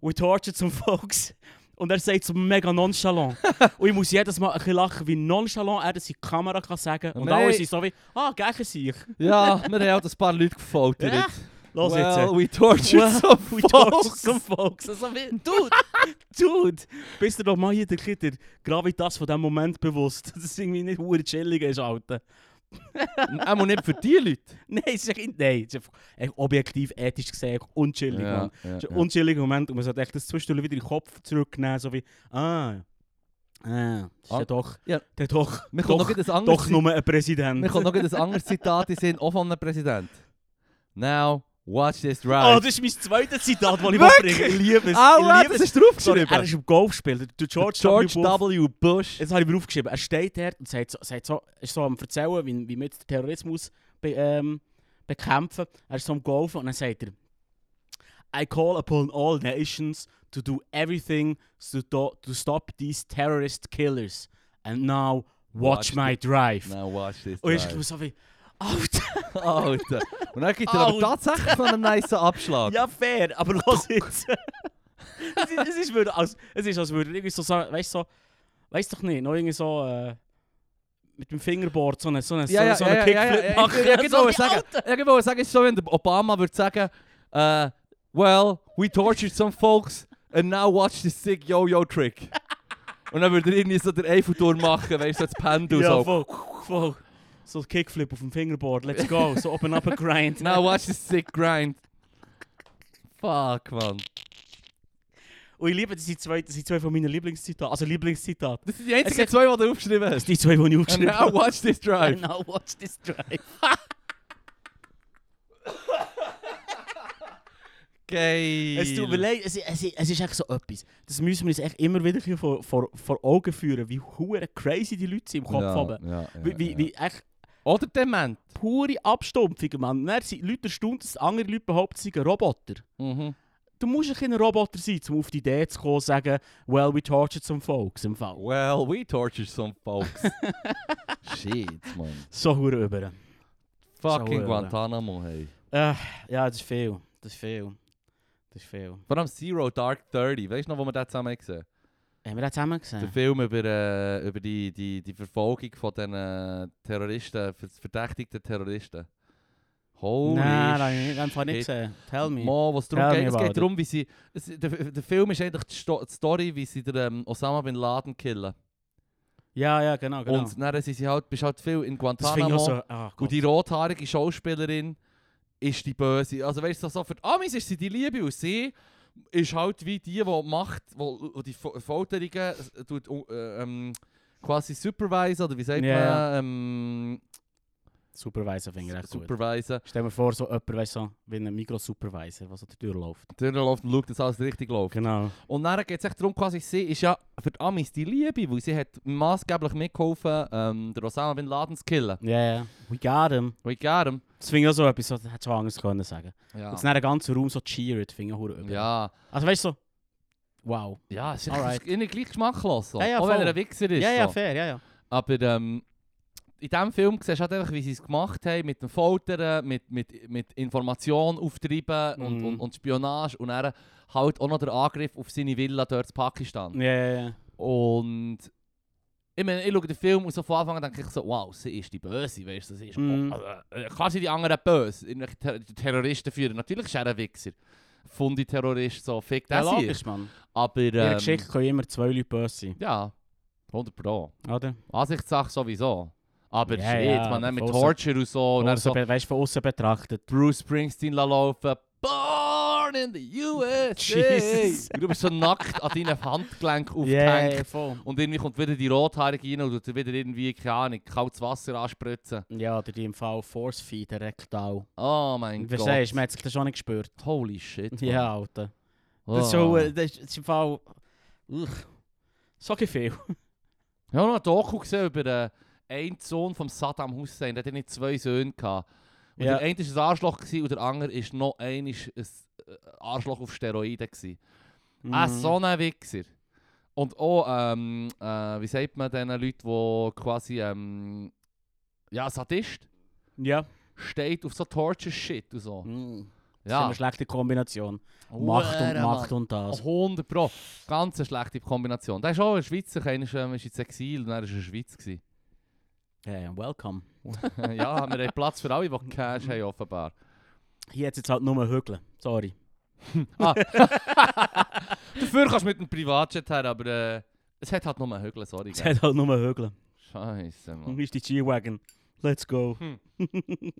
S3: we tortured some folks. Und er sagt es mega nonchalant. und ich muss jedes Mal ein bisschen lachen, dus wie nonchalant er das in die Kamera kann sagen kann. Und
S2: Nein.
S3: alle sind so wie, ah, gegen sich.
S2: Ja, wir haben halt ein paar Leute gefoltert.
S3: Ja, Los jetzt.
S2: well, we tortured
S3: Well,
S2: some
S3: We
S2: folks.
S3: talk some folks. Also, wie- dude, dude, bist du doch mal hier der, der Gravitas von diesem Moment bewusst, dass es irgendwie nicht hure chillig ist, Alter.
S2: Er muss nicht für die Leute.
S3: Nein, es ist echt, nein, es ist einfach echt objektiv, ethisch gesehen, einfach unchillig, Mann.
S2: ja,
S3: Es ist ein unchilliger Moment und man sollte echt das zwischendurch wieder in den Kopf zurücknehmen, so wie, ah, ah, das ist
S2: Ah,
S3: ja doch,
S2: ja.
S3: der doch,
S2: Mir kommt
S3: doch,
S2: noch ein anderes
S3: doch nur ein Präsident.
S2: Mir kommt noch ein anderes Zitat in den Sinn, auch von einem Präsident. Now, watch this
S3: Oh,
S2: ride.
S3: das ist mein zweites Zitat, das ich bringe. Ich liebe es.
S2: Ah,
S3: ich
S2: wow,
S3: liebe es.
S2: das ist
S3: Sorry,
S2: draufgeschrieben.
S3: er ist im Golf gespielt. Der George,
S2: George
S3: W. Bush.
S2: W. Bush.
S3: Jetzt habe ich mir aufgeschrieben, er steht dort und sagt so, sagt so, ist so am Erzählen, wie, wie wir jetzt den Terrorismus be, ähm, bekämpfen. Er ist so am Golfen und dann sagt er, I call upon all nations to do everything to, do, to stop these terrorist killers. And now watch,
S2: Watch
S3: my drive.
S2: Now, Nou, watch this Oh,
S3: Und ich bin
S2: ride.
S3: so wie, Alter,
S2: Alter. Und dann gibt er aber
S3: Alter.
S2: tatsächlich noch einen nice Abschlag.
S3: Oh. ja fair, aber los jetzt. es, ist, es, ist, würde- als, es ist als würde er irgendwie so, sagen, weißt du, so, weißt doch nicht, noch irgendwie so... Äh, mit dem Fingerboard so einen so eine, so, so eine Kickflip machen.
S2: Ich, ich, ich, ich,
S3: So
S2: wollte sagen, ich wollte sagen, es ist so, wenn der Obama würde sagen, äh, well, we tortured some folks and now watch this sick Yo-Yo-Trick. Und dann würde er irgendwie so den Eiffelturm machen, weißt du, so das Pendel
S3: Ja,
S2: so.
S3: voll, voll. So ein Kickflip auf dem Fingerboard, let's go. So open up a grind.
S2: Now watch this sick grind. Fuck, man.
S3: Und ich liebe, das sind zwei, das sind zwei von meinen Lieblingszitate. Also Lieblingszitate.
S2: Das sind die einzigen zwei, die du aufgeschrieben
S3: Das
S2: hast.
S3: sind die zwei, die ich
S2: And
S3: aufgeschrieben
S2: now
S3: habe.
S2: watch this drive.
S3: now watch this drive.
S2: Geil.
S3: Es tut mir leid, es, es, es ist dus echt so etwas. Das müssen wir uns echt immer wieder ein bisschen vor, vor, vor Augen führen, wie hure crazy die Leute sind im Kopf haben.
S2: ja,
S3: Wie, wie, wie echt
S2: Oder dement.
S3: pure Abstumpfungen, man. Dann sind Leute erstaunt, dass andere Leute behaupten, sie seien Roboter.
S2: Mhm.
S3: Du musst ein kleiner Roboter sein, um auf die Idee zu kommen und zu sagen, well, we tortured some folks im Fall.
S2: Well, we tortured some folks. Shit, man.
S3: So hure über.
S2: Fucking
S3: Sauer,
S2: Guantanamo, hey.
S3: Äh, ja, das ist viel. Das ist viel. Das ist viel.
S2: Vor allem Zero Dark Thirty. nou Weißt du noch, wo wir das zusammen gesehen haben?
S3: Haben wir das zusammen
S2: Der
S3: gesehen?
S2: Film über, äh, über die, die, die Verfolgung von den äh, Terroristen, ver- verdächtigten Terroristen. Holy
S3: Nein, das habe ich nicht- das habe ich nicht
S2: shit.
S3: gesehen. eh. Tell me.
S2: Mo, was darum
S3: Tell
S2: geht,
S3: me
S2: es
S3: about
S2: geht
S3: it.
S2: darum, wie sie. Es, der, der Film ist eigentlich die, Sto die Story, wie sie der, ähm, Osama bin Laden killen.
S3: Ja, ja, genau, genau.
S2: Und dann sind sie halt, bist halt viel in
S3: das finde ich auch
S2: Guantanamo.
S3: so... Ah,
S2: und
S3: Gott.
S2: die rothaarige Schauspielerin ist die Böse. Also weißt du, so für die Amis ist sie die Liebe und sie ist halt wie die, die macht, wo, wo die Fo- Folterungen äh, tut, äh, ähm, quasi supervisen oder wie sagt
S3: Ja, ja.
S2: man, ähm,
S3: Supervisor finde ich echt gut.
S2: supervisen.
S3: Stell mir vor, so jemand, weißt du, so, wie ein Mikrosupervisor, was an der Tür läuft.
S2: Dann läuft und schaut, dass alles richtig läuft.
S3: Genau.
S2: Und dann geht es echt darum, quasi, sie ist ja für die Amis die Liebe, weil sie hat maßgeblich mitgeholfen, ähm, den Osama Bin Laden zu killen.
S3: Ja, ja. We got him.
S2: We got him.
S3: Das finde ich auch so etwas, das hättest du auch anders können sagen.
S2: Ja.
S3: Und dann der ganze Raum so cheered, finde ich auch über.
S2: Ja,
S3: Also weißt du, so... Wow.
S2: ja, es ist
S3: Alright.
S2: right. irgendwie gleich geschmacklos. So.
S3: Ja, ja,
S2: Auch wenn
S3: voll.
S2: er ein Wichser ist.
S3: Ja, ja,
S2: so.
S3: fair, ja, ja.
S2: Aber ähm, in diesem Film siehst du halt einfach, wie sie es gemacht haben, mit dem Foltern, mit, mit, mit Information auftreiben und,
S3: Mhm.
S2: und, und Spionage und dann halt auch noch der Angriff auf seine Villa dort in Pakistan.
S3: Ja, ja, ja.
S2: Und ich meine, ich schaue den Film und so von Anfang an denke ich so, wow, sie ist die Böse, weißt du, sie ist,
S3: Mhm.
S2: also, äh, kann sie die anderen böse, irgendwelche Ter Terroristen führen, natürlich ist er ein Wichser. Fundi-Terrorist, so, fick
S3: Ja,
S2: das hier.
S3: logisch, Mann.
S2: Aber,
S3: In der
S2: ähm,
S3: Geschichte können immer zwei Leute böse sein,
S2: ja, 100 Pro.
S3: oder?
S2: Ansichtssache sowieso. Aber
S3: Ja,
S2: shit,
S3: ja,
S2: man, dann mit
S3: von aussen-
S2: Torture und Oh, so. Und
S3: Von
S2: dann
S3: aussen
S2: so
S3: be- weißt du, von außen betrachtet.
S2: Bruce Springsteen la laufen. Born born in the USA.
S3: Jesus.
S2: Und du bist so nackt an deinen Handgelenk aufgehängt.
S3: Yeah, voll.
S2: Und irgendwie kommt wieder die Rothaarige rein und tut dir wieder irgendwie, keine Ahnung, kaltes Wasser anspritzen.
S3: Ja, der die im Fall Force Feed, der Rektal.
S2: Oh mein
S3: Und wie
S2: Gott.
S3: sagst du, man hat sich das schon nicht gespürt.
S2: Holy shit. Mann.
S3: Ja, Alter.
S2: Oh.
S3: Das ist so, äh, das ist- das ist im Fall... Ugh. So viel.
S2: Ich habe noch einen Doku gesehen über äh, einen Sohn von Saddam Hussein. Der hatte nicht zwei Söhne. Gehabt. Und
S3: Ja.
S2: der eine war ein Arschloch gewesen, und der andere war noch einmal ein äh, Arschloch auf Steroiden. Gewesen.
S3: Mm. Mhm.
S2: Ein
S3: Ah,
S2: so ein Wichser. Und auch, ähm, äh, wie sagt man diesen Leuten, die quasi, ähm, ja, Sadist,
S3: Ja.
S2: steht auf so Torture-Shit und so.
S3: Mhm. Das ist
S2: Ja.
S3: eine schlechte Kombination. Macht und
S2: Huere,
S3: Macht und das.
S2: 100 Pro. Ganz eine schlechte Kombination. Der ist auch ein Schweizer, einer ist, ähm, ist ins Exil und er war in der Schweiz. Gewesen.
S3: Hey, welcome.
S2: ja, wir haben Platz für alle, die Cash haben, offenbar.
S3: Hier hat es jetzt halt nur Hügeln. Sorry.
S2: Dafür kannst du mit dem Privatjet her, aber äh, es hat halt nur einen Hügel, sorry.
S3: Es
S2: gell.
S3: hat halt nur Hügeln.
S2: Scheiße,
S3: Und
S2: Mann.
S3: hier ist die G-Wagon. Let's go.
S2: Hm.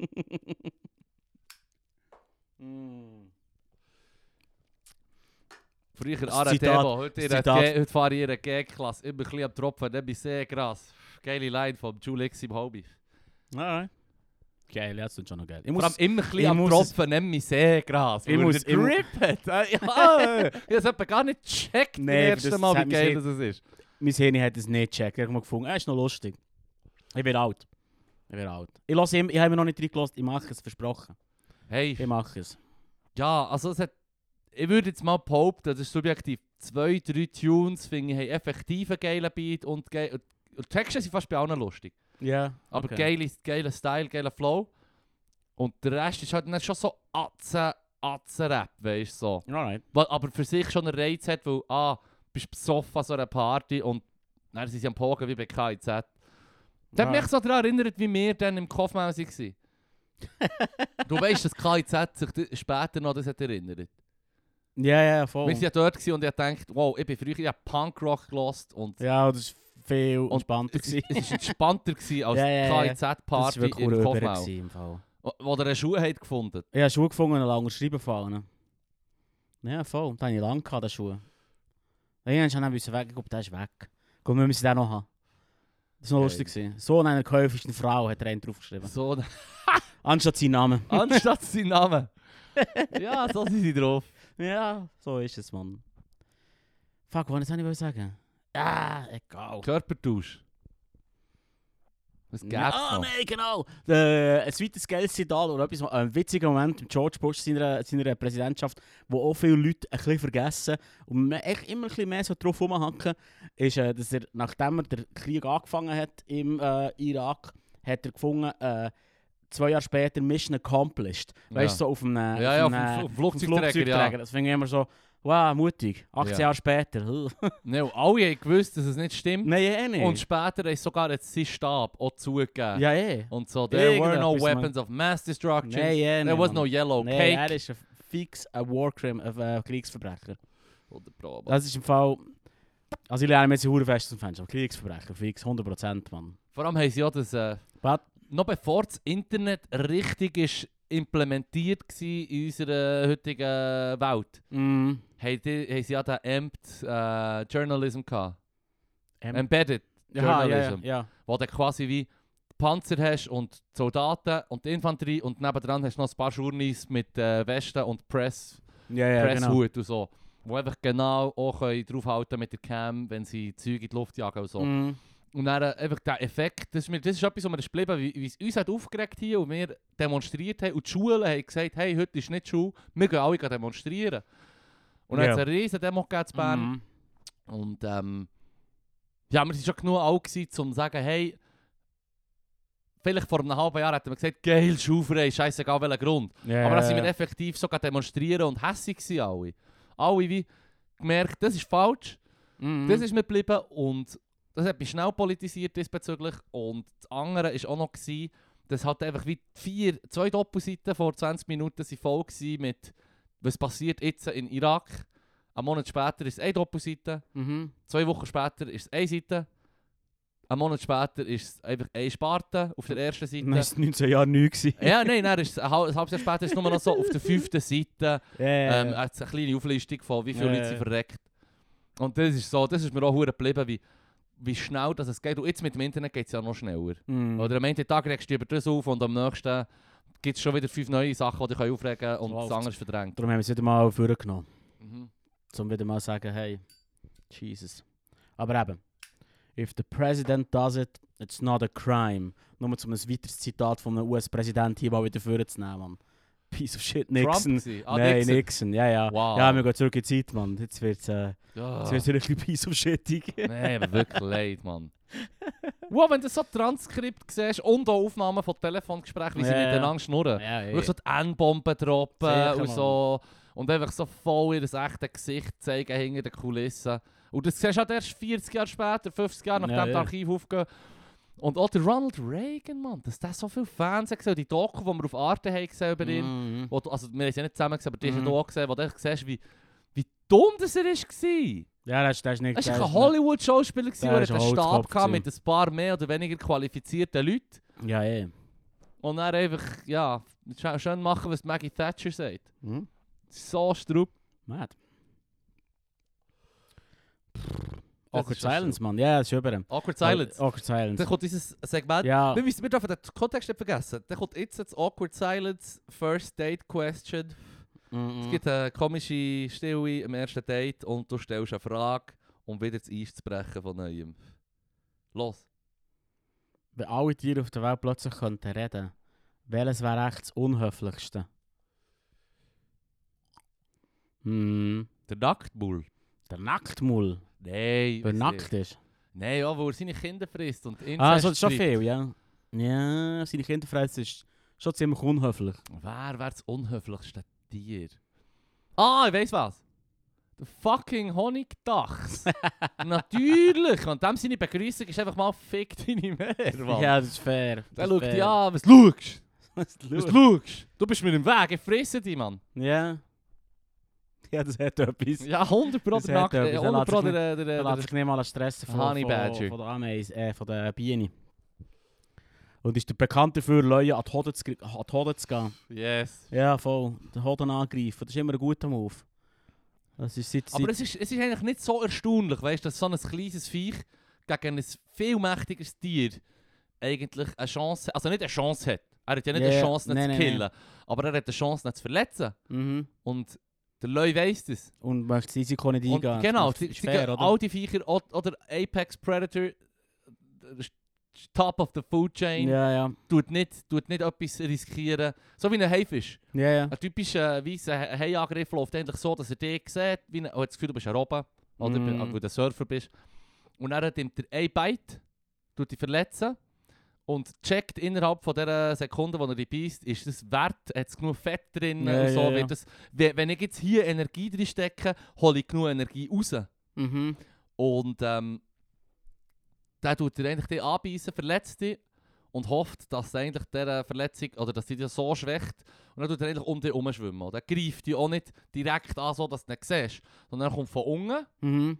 S3: Mm.
S2: Früher
S3: Das
S2: Aratebo,
S3: Zitat-
S2: heute,
S3: das
S2: ihre
S3: Zitat.
S2: G- heute fahre ich ihre G-Klasse, immer ein bisschen am Tropfen, dann bin ich sehr krass. Geile Line vom Julix im Hobby.
S3: Alright. Geil, ja, das ist schon noch geil. Ich
S2: Vor
S3: muss,
S2: allem immer ein
S3: ich
S2: bisschen am
S3: muss
S2: Tropfen, nimm mich sehr krass.
S3: Ich
S2: weil
S3: muss-
S2: der
S3: ich mu-
S2: Grip hat. Äh, ja, äh, ich habe es gar nicht gecheckt,
S3: Nee, aber
S2: das erste
S3: das-
S2: Mal,
S3: das hat
S2: wie
S3: mich
S2: geil
S3: sehr-
S2: das ist.
S3: mein Hirn hat es nicht gecheckt. Ich habe mal gefunden, er ist noch lustig. Ich bin alt. Ich bin alt. Ich, lasse ihm, ich habe mir noch nicht reingelassen. Ich mache es, versprochen.
S2: Hey,
S3: Ich mache es.
S2: Ja, also es hat, ich würde jetzt mal behaupten, das ist subjektiv, zwei, drei Tunes finde ich haben effektiv einen geilen Beat und, ge und die Texte sind fast bei allen lustig.
S3: Ja.
S2: Aber geile, geiler Style, geiler Flow. Und der Rest ist halt dann schon so Atze, Atze-Rap, weißt du so.
S3: Alright.
S2: Was aber für sich schon einen Reiz hat, weil, ah, bist besoffen an so einer Party und dann sind sie am Pogen wie bei KIZ. Das hat mich so daran erinnert, wie wir dann im Kaufmann waren. du weißt, dass KIZ sich d- später noch das hat erinnert.
S3: Ja, ja, voll.
S2: Wir waren ja dort gewesen und ich dachte, wow, ich bin früher ich hab Punkrock gelost und
S3: Ja, das ist viel entspannter.
S2: es,
S3: gewesen.
S2: ist- es ist entspannter gewesen als
S3: Ja, ja, ja. Das
S2: KIZ-Party
S3: war wirklich
S2: in
S3: urüber
S2: Kofmau,
S3: gewesen im Fall.
S2: wo- wo der eine Schuhe hat gefunden
S3: Ich habe Schuhe gefunden und lange schreiben gefallen. Ja, voll. Da habe ich lange gehabt, den Schuh. Irgendwann schon müssen weg. Ich glaube, der ist weg. Komm, wir müssen den noch haben. Das war noch
S2: Geil.
S3: lustig. Gewesen. So einer käufischen Frau hat er einen draufgeschrieben.
S2: So,
S3: Anstatt seinen Namen.
S2: anstatt seinen Namen. ja, so sind sie drauf.
S3: Ja, so ist es, Mann. Fuck, was wollte ich sagen? Ah, egal.
S2: Körpertausch. Was gäbe
S3: Ja,
S2: es
S3: ah,
S2: noch?
S3: nein, genau. Äh, ein zweites geiles Zitat oder etwas, ein witziger Moment mit George Bush seiner, seiner Präsidentschaft, wo auch viele Leute ein bisschen vergessen und man echt immer ein bisschen mehr so drauf rumhacken, ist, äh, dass er, nachdem er den Krieg angefangen hat im äh, Irak, hat er gefunden, äh, zwei Jahre später Mission Accomplished. Weißt du, so auf einem,
S2: Ja, ja,
S3: auf einem,
S2: auf dem Fl-
S3: auf dem
S2: Flugzeugträger, ja.
S3: Das finde ich immer so, wow, mutig. 18
S2: Ja.
S3: Jahre später.
S2: Nein, und alle haben gewusst, dass es nicht stimmt.
S3: nein, eh nicht.
S2: Und später ist sogar jetzt sein Stab auch zugegeben.
S3: ja, eh.
S2: Und so, there were no
S3: Irgendetwas, Mann.
S2: weapons of mass destruction.
S3: Nein, eh
S2: There
S3: nicht,
S2: was
S3: Mann.
S2: no yellow
S3: Nee,
S2: cake.
S3: er ist ein fix ein Warcrime, ein äh, Kriegsverbrecher.
S2: Oder Probe.
S3: Das ist im Fall. Also, ich lerne mir jetzt Huren fest zum Fenster. Kriegsverbrecher, fix, 100%, Mann.
S2: Vor allem haben sie ja das. Äh,
S3: Was?
S2: noch bevor das Internet richtig ist implementiert war in unserer heutigen Welt,
S3: Mm.
S2: haben, die, haben sie ja den Empt äh, Journalism gehabt.
S3: Em-
S2: Embedded
S3: Ja, ja, ja,
S2: Journalism.
S3: ja.
S2: Wo du quasi wie Panzer hast und die Soldaten und die Infanterie und nebendran hast du noch ein paar Journeys mit äh, Westen und Press,
S3: Ja, ja, genau.
S2: Presshut und so. Wo einfach genau auch können draufhalten mit der Cam, wenn sie Züge in die Luft jagen und so.
S3: Mm.
S2: Und dann äh, einfach der Effekt, das ist, mir, das ist etwas, was mir ist geblieben, wie, wie es uns hat aufgeregt hier und wir demonstriert haben und die Schulen haben gesagt, hey, heute ist nicht Schule, wir gehen alle gehen demonstrieren. Und dann
S3: Ja.
S2: hat es eine riesen Demo gegeben in Bern
S3: Mm.
S2: und ähm, ja, wir waren schon genug alt, gewesen, um zu sagen, hey, vielleicht vor einem halben Jahr hätten wir gesagt, geil, Schuhfrei, scheißegal welcher Grund.
S3: Ja,
S2: Aber dann
S3: ja,
S2: sind wir
S3: ja.
S2: effektiv sogar demonstrieren und hässig gewesen alle. Alle wie gemerkt, das ist falsch.
S3: Mm.
S2: Das ist mir geblieben und das hat mich schnell politisiert diesbezüglich. Und das andere war auch noch, gewesen, dass halt einfach wie vier, zwei Doppelseiten vor 20 Minuten sind voll waren mit «Was passiert jetzt in Irak?» Ein Monat später ist es eine Doppelseite,
S3: Mhm.
S2: zwei Wochen später ist es eine Seite. Ein Monat später ist es einfach eine Sparte auf der ersten Seite.
S3: Nein, es war 19 Jahre neu. gewesen.
S2: Ja, nein, nein, ist, ein hal- ein halbes Jahr später ist es nur noch so auf der fünften Seite
S3: Äh.
S2: ähm,
S3: Ehm,
S2: hat's eine kleine Auflistung von, wie viele
S3: Ja,
S2: Leute sind
S3: ja.
S2: verreckt. Und das ist so, das ist mir auch hure geblieben, wie, wie schnell das es geht. Und jetzt mit dem Internet geht es ja noch schneller.
S3: Mm.
S2: Oder am einen Tag regst du über das auf und am nächsten gibt es schon wieder fünf neue Sachen, die dich können aufregen können und das
S3: Läuft.
S2: andere ist verdrängt.
S3: Darum haben wir es wieder mal vorgenommen.
S2: Mhm.
S3: Um wieder mal zu sagen, hey, Jesus. Aber eben, if the president does it, it's not a crime. Nur um ein weiteres Zitat von einem US-Präsidenten hier mal wieder vorzunehmen, Mann. Piece of shit, Nixon.
S2: Trump war- ah,
S3: Nein,
S2: Nixon.
S3: Nixon. ja, ja.
S2: Wow. Ah.
S3: Ja, wir gehen zurück in die Zeit, Mann. Jetzt wird es äh,
S2: Ja.
S3: jetzt wird's wieder ein bisschen piece of shitig.
S2: Nein, aber wirklich leid, Mann. Wow, wenn du so Transkript siehst und auch Aufnahmen von Telefongesprächen, wie sie
S3: Ja, ja.
S2: miteinander schnurren.
S3: ja, ja.
S2: Wirklich so die N-Bomben droppen
S3: Sicher,
S2: und so. Und einfach so voll ihr echte Gesicht zeigen hinter den Kulissen. Und das siehst du halt erst 40 Jahre später, 50 Jahre, nachdem
S3: Ja,
S2: die
S3: ja.
S2: Archive aufgehen. Und auch der Ronald Reagan, Mann, dass der so viele Fans hat gesehen, die Doku, die wir auf Arte haben gesehen über ihn.
S3: Mhm.
S2: Wo, du- also wir haben sie nicht zusammen gesehen, aber die hast
S3: Mhm.
S2: du auch gesehen, wo du echt siehst, wie, wie dumm das er war.
S3: Ja, das ist, das ist nicht...
S2: Er
S3: das
S2: war
S3: ist
S2: ein
S3: nicht-
S2: Hollywood-Schauspieler,
S3: Der
S2: der hat
S3: ist ein
S2: einen Stab
S3: Holzkopf
S2: gehabt mit ein paar mehr oder weniger qualifizierten Leuten.
S3: Ja, ja.
S2: Und dann einfach, ja, sch- schön machen, was Maggie Thatcher sagt.
S3: Mhm.
S2: So strupp.
S3: Mad.
S2: Das
S3: Awkward
S2: ist schon
S3: Silence, Mann. Ja, das ist über ihm.
S2: Awkward Silence.
S3: Awkward Silence.
S2: Dann kommt dieses Segment.
S3: Ja.
S2: Wir, wissen- wir dürfen den Kontext nicht vergessen. Dann kommt jetzt das Awkward Silence, First Date Question.
S3: Mhm,
S2: Es gibt eine komische Stille im ersten Date und du stellst eine Frage, um wieder das Eis zu brechen von neuem. Los.
S3: Wenn alle Tiere auf der Welt plötzlich könnten reden, welches wäre echt das Unhöflichste? Hm,
S2: Der Nacktmull.
S3: der Nacktmull,
S2: Nein.
S3: der
S2: weiss
S3: nackt ist.
S2: nicht. Nein, ja, wo er seine Kinder frisst und Inzest
S3: Ah, so das ist schon
S2: treibt.
S3: viel, ja. Ja, seine Kinderfreiheit ist schon ziemlich unhöflich.
S2: Wer wäre das unhöflichste Tier? Ah, ich weiß was. Der fucking Honigdachs. Natürlich. Und dem seine Begrüßung ist einfach mal fick deine Meer. Mann.
S3: Ja, das ist fair.
S2: Der
S3: Das
S2: schaut
S3: ist
S2: dich
S3: fair.
S2: an, was schaust
S3: Das
S2: Was
S3: schaut.
S2: schaust Du bist mir im Weg, ich fresse dich, Mann.
S3: Ja. Ja, das hat etwas.
S2: Ja, 100 Pro
S3: Das
S2: der
S3: hat
S2: Nackt. äh,
S3: etwas,
S2: 100 Pro
S3: er
S2: der... der,
S3: Er
S2: der,
S3: lässt
S2: der
S3: sich nicht mal stressen von,
S2: Honey
S3: von,
S2: Badger.
S3: von der Ameise, äh, von der Biene. Und ist bekannt dafür, Leute an die Hoden zu, gri- an die Hoden zu gehen.
S2: yes.
S3: Ja, voll. Den Hoden angreifen, das ist immer ein guter Move. Das ist seit,
S2: Aber
S3: seit
S2: es ist, es ist eigentlich nicht so erstaunlich, weißt du, dass so ein kleines Viech gegen ein viel mächtiges Tier eigentlich eine Chance Also nicht eine Chance hat. Er hat ja nicht
S3: Ja,
S2: eine
S3: ja.
S2: Chance, nicht
S3: Nein,
S2: zu
S3: nein,
S2: killen. Aber er hat eine Chance, nicht zu verletzen.
S3: mhm.
S2: Und der Leu weiss das.
S3: und möchte das Risiko nicht
S2: Und,
S3: eingehen.
S2: genau,
S3: das
S2: sie,
S3: ist
S2: sie
S3: fair,
S2: gehen
S3: oder?
S2: all die Viecher o- oder Apex Predator, der ist top of the food chain,
S3: ja, ja.
S2: tut, nicht, tut nicht etwas riskieren. So wie ein Haifisch.
S3: Ja, ja.
S2: Ein typischer weißer Hai- Haiangriff läuft eigentlich so, dass er dich sieht, wie ein, oh, hat das Gefühl, du bist ein Robben, oder
S3: Mhm.
S2: weil du ein Surfer bist. Und dann nimmt er ein Bite, tut dich verletzen und checkt innerhalb von dieser Sekunde, wo er dich beißt, ist das wert, hat es genug Fett drin
S3: Ja,
S2: und so.
S3: ja, ja.
S2: Wird das, we- wenn ich jetzt hier Energie drin stecke, hole ich genug Energie raus.
S3: Mhm.
S2: Und ähm, der tut dir eigentlich die anbeißen, verletzt dich und hofft, dass er eigentlich dieser Verletzung oder dass die dich so schwächt. Und dann tut er eigentlich um dich herumschwimmen. Oder er greift dich auch nicht direkt an, so dass du ihn nicht siehst. Sondern er kommt von unten,
S3: Mhm.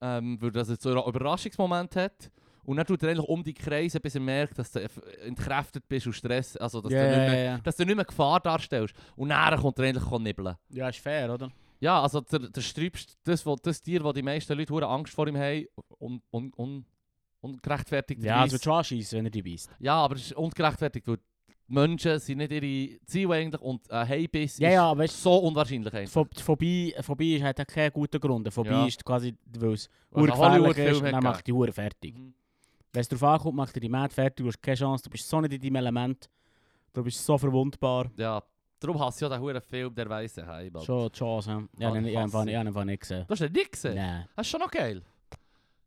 S2: ähm, weil das jetzt so einen Überraschungsmoment hat. Und dann tut er eigentlich um dich kreisen, bis er merkt, dass du entkräftet bist und Stress, also dass,
S3: Ja,
S2: du, nicht
S3: ja,
S2: mehr,
S3: ja.
S2: dass du nicht mehr Gefahr darstellst. Und dann kommt er eigentlich nibbeln.
S3: Ja, ist fair, oder?
S2: Ja, also der, der Sträubst, das, wo, das Tier, wo die meisten Leute hure Angst vor ihm haben, un, un, un, ungerechtfertigt.
S3: Ja, es wird schon anschiessen, wenn er dich beißt.
S2: ja, aber es ist ungerechtfertigt, weil die Menschen sind nicht ihre Ziele eigentlich und ein Heibiss
S3: Ja, ja, aber weißt
S2: ist so unwahrscheinlich.
S3: du,
S2: eigentlich.
S3: Pho- die Phobie, Phobie ist halt auch kein guter Grund. Eine Phobie
S2: Ja.
S3: ist quasi, weil es
S2: Weil es einen
S3: urgefährlich
S2: Hollywood-Film
S3: ist, und
S2: hat
S3: dann macht die Hure fertig.
S2: Mhm.
S3: Wenn es darauf ankommt, macht er die Mad fertig, du hast keine Chance, du bist so nicht in deinem Element, du bist so verwundbar.
S2: Ja, darum hasse ich ja den hohen Film der Weiße Heim. Mann.
S3: Schon die Chance, hä?
S2: Ah,
S3: Ja,
S2: die
S3: ich habe einfach
S2: Fassung.
S3: ich hab ihn einfach nicht gesehen.
S2: Du hast ihn nicht gesehen?
S3: Nein.
S2: Das ist schon noch geil.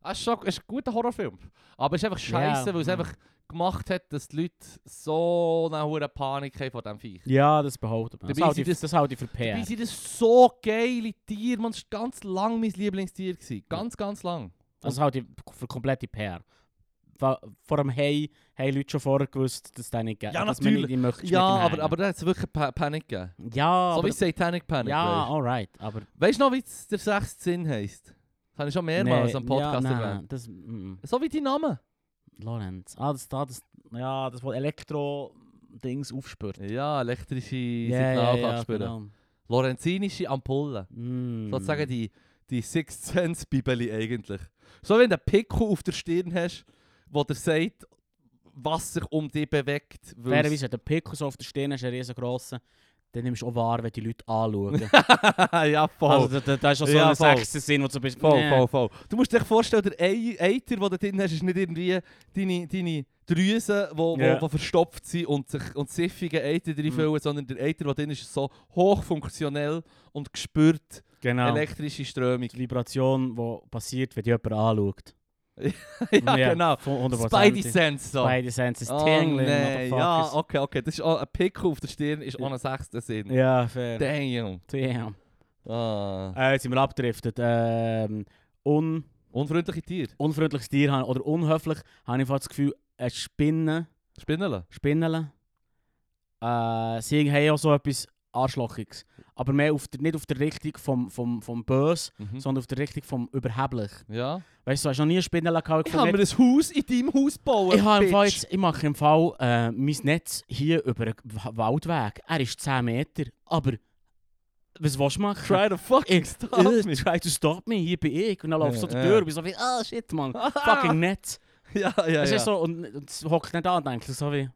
S2: Das ist, schon, das ist ein guter Horrorfilm. Ah, Aber es ist einfach scheiße,
S3: Ja,
S2: weil es
S3: mhm.
S2: einfach gemacht dus hat, dass die Leute so eine hohe Panik haben vor diesem Viech.
S3: Ja, das behauptet man. Das
S2: Dabei
S3: halte ich,
S2: sind das-
S3: das halte ich für PR.
S2: Dabei sind das so geile Tiere. Man, das war ganz lang mein Lieblingstier. Gewesen. Ganz, ganz lang.
S3: Das halte ich für komplette PR. Wa- Vor allem haben hey, Leute schon vorher gewusst, dass das nicht geht.
S2: Ja,
S3: dass man Nicht, ich
S2: natürlich.
S3: möchte
S2: Ja,
S3: mit ihm
S2: aber,
S3: hängen.
S2: aber da hat es wirklich pa Panik gegeben.
S3: Ja,
S2: So
S3: aber...
S2: wie Satanic Panic.
S3: ja, alright, aber...
S2: Weißt du noch, wie es der sechste Sinn heisst? Das habe ich schon mehrmals
S3: nee,
S2: am Podcast
S3: ja, nein,
S2: erwähnt.
S3: Das, mm, mm.
S2: So wie dein Name.
S3: Lorenz. Ah, das da, das, ja, das, wo Elektro-Dings aufspürt.
S2: Ja, elektrische
S3: Ja, ja,
S2: Signale
S3: ja,
S2: yeah, spüren.
S3: genau.
S2: Lorenzinische Ampullen.
S3: Mm.
S2: Sozusagen die, die Sixth Sense Bibeli eigentlich. So wenn du einen Pickel auf der Stirn hast, wo dir sagt, was sich um dich bewegt. weil's-
S3: Fairerweise, wenn du einen Pickel so auf der Stirn hast, einen riesengroßen, dann nimmst du auch wahr, wenn die Leute anschauen.
S2: ja, voll.
S3: also, da, da, da ist auch so
S2: Ja,
S3: ein
S2: voll.
S3: Sechsen-Sinn, wo du bist.
S2: voll,
S3: Nee.
S2: voll, voll. Du musst dir vorstellen, der Ei- Eiter, den du drin hast, ist nicht irgendwie deine, deine Drüsen, die wo,
S3: Ja.
S2: wo verstopft sind und sich und siffige Eiter drin
S3: Mhm.
S2: füllen, sondern der Eiter, der drin ist, ist so hochfunktionell und spürt
S3: Genau.
S2: elektrische Strömung.
S3: die Vibration, die passiert, wenn die jemand anschaut.
S2: ja, genau. Spidey
S3: Spidey-Sense.
S2: Sense so.
S3: Spidey-Sense ist
S2: Oh,
S3: tingling,
S2: nee. Ja, oh.
S3: motherfuckers.
S2: okay, okay. Das ist auch ein Pickel auf der Stirn, ist auch ein sechster Sinn.
S3: Ja, fair.
S2: Damn.
S3: Damn.
S2: Ah.
S3: Äh, jetzt sind wir abgedriftet. Ähm, un
S2: Unfreundliche Tiere.
S3: unfreundliches Tier han- oder unhöflich habe ich fast das Gefühl, eine Spinne,
S2: Spinnele.
S3: Spinnele, äh, sie haben auch so etwas Arschlochiges. Aber mehr auf der, nicht auf der Richtung vom, vom, vom Bös,
S2: Mhm.
S3: sondern auf der Richtung vom Überheblich.
S2: Ja.
S3: Weißt du, hast du noch nie eine Spinnele gehabt?
S2: Ich habe mir ein Haus in deinem Haus bauen.
S3: Ich, habe im Fall
S2: Bitch.
S3: jetzt, ich mache im Fall äh, mein Netz hier über einen Wa- Waldweg. Er ist 10 Meter, aber was willst du machen?
S2: Try to fucking
S3: Ich-
S2: stop
S3: Äh,
S2: me.
S3: Try to stop me, hier bin ich. Und dann läufst du so
S2: Ja,
S3: die
S2: ja.
S3: Tür und bist so wie, ah shit, man, fucking Netz.
S2: Ja, ja,
S3: Es
S2: ja.
S3: ist so, und und es hockt nicht an und denkt so wie,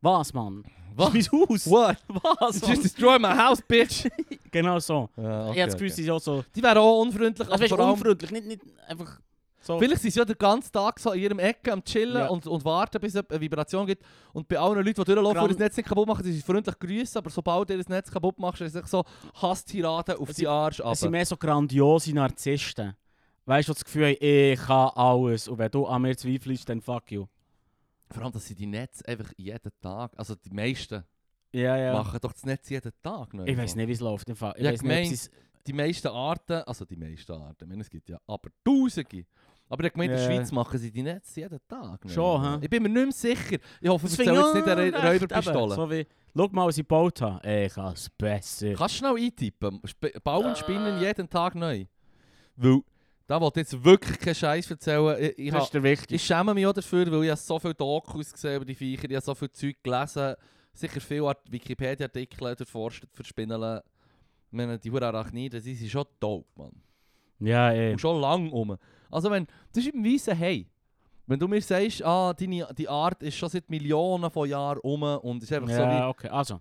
S3: was, Mann?
S2: Was?
S3: Das ist mein Haus.
S2: What?
S3: Was,
S2: Just
S3: Mann?
S2: destroy my house, bitch.
S3: Genau so. Ich habe das Gefühl, sie sind auch so,
S2: Die wären auch unfreundlich.
S3: also
S2: aber
S3: weißt,
S2: vor allem-
S3: unfreundlich, nicht, nicht einfach so.
S2: Vielleicht sind sie ja den ganzen Tag so in ihrem Ecken am Chillen
S3: Ja.
S2: und, und warten, bis es eine Vibration gibt. Und bei allen Leuten, die durchlaufen
S3: Vor allem-
S2: und das Netz nicht kaputt machen, sie sind freundlich grüßen, aber sobald ihr das Netz kaputt macht, ist es so Hasstiraden auf
S3: Es
S2: die Arsch ab.
S3: Es sind mehr so grandiose Narzissten. Weißt du, die das Gefühl haben, ich kann alles und wenn du an mir zweifelst, dann fuck you.
S2: Vor allem, dass sie die Netz einfach jeden Tag, also die meisten
S3: Ja, ja.
S2: machen doch das Netz jeden Tag. Noch
S3: Ich weiß nicht, wie es läuft. Im Fall. Ich
S2: Ja,
S3: weiss nicht,
S2: gemeint.
S3: ob sie's-
S2: Die meisten Arten, also die meisten Arten, ich meine, es gibt ja aber Tausende. Aber ich meine, in der
S3: Ja.
S2: Schweiz machen sie die Netz jeden Tag. noch.
S3: Schon, hä?
S2: Ich bin mir nicht mehr sicher. Ich hoffe, wir
S3: Das
S2: zählen
S3: finde
S2: jetzt nicht eine
S3: ich
S2: Rä-
S3: recht,
S2: Räuberpistole.
S3: eben. So wie, schau mal, was ich gebaut habe. Ey, Ich kann es besser.
S2: Kannst du schnell eintippen? Sp bauen
S3: Ah.
S2: Spinnen jeden Tag neu. Weil, da wollte ich jetzt wirklich keinen Scheiß erzählen. Ich, ich,
S3: das
S2: ha,
S3: ist der wichtigste.
S2: ich schäme mich auch dafür, weil ich habe so viele Dokus gesehen über die Viecher, ich habe so viel Zeug gelesen, sicher viele Art- Wikipedia-Artikel erforscht für Spinnen. Ich meine, die Huren Arachniden, die sind schon dope, Mann.
S3: Ja, ey.
S2: Und schon lange um. Also wenn, das ist im Weissen Hey. Wenn du mir sagst, ah, deine, die Art ist schon seit Millionen von Jahren um und ist einfach
S3: Ja, okay. Also.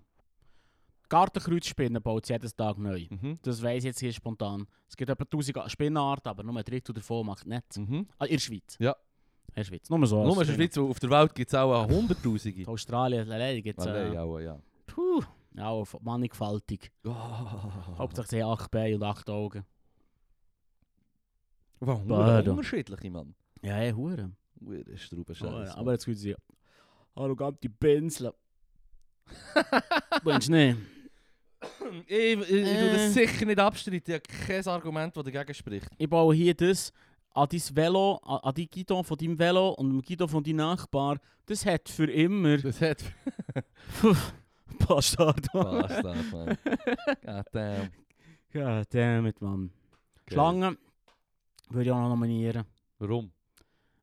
S3: Gartenkreuzspinnen baut sie jeden Tag neu.
S2: so wie... Mhm.
S3: Das weiss ich jetzt hier spontan. Es gibt etwa 1000 Spinnenarten, aber nur ein Drittel davon macht nicht.
S2: Mhm.
S3: Ah, in der Schweiz.
S2: Ja.
S3: In der Schweiz. Nur so. als
S2: Nur in der
S3: Ding.
S2: Schweiz, weil auf der Welt gibt es auch hunderttausende.
S3: Australien allein gibt es.
S2: Allein,
S3: Äh,
S2: auch, ja.
S3: puh, ja, auf- mannigfaltig.
S2: Oh.
S3: Hauptsächlich sie haben acht Beine und acht Augen.
S2: Wow,
S3: Bäder.
S2: unterschiedliche, Mann.
S3: Ja, ey, Huren.
S2: Hure
S3: Oh, ja,
S2: Straubenscheiss.
S3: aber jetzt können sie. Arrogante Pinsel. Meinst du nicht?
S2: ich, Hm, ich, ich tu
S3: Äh.
S2: das sicher nicht abstreiten. Ich habe kein Argument, das dagegen spricht.
S3: Ich baue hier das an dein Velo, an, an die Guidon von deinem Velo und dem Guidon von deinem Nachbar. Das hat für immer.
S2: Das hat...
S3: Bastard.
S2: Bastard, Mann. God damn.
S3: God damn it, man. Schlangen würde ich auch noch nominieren.
S2: Warum?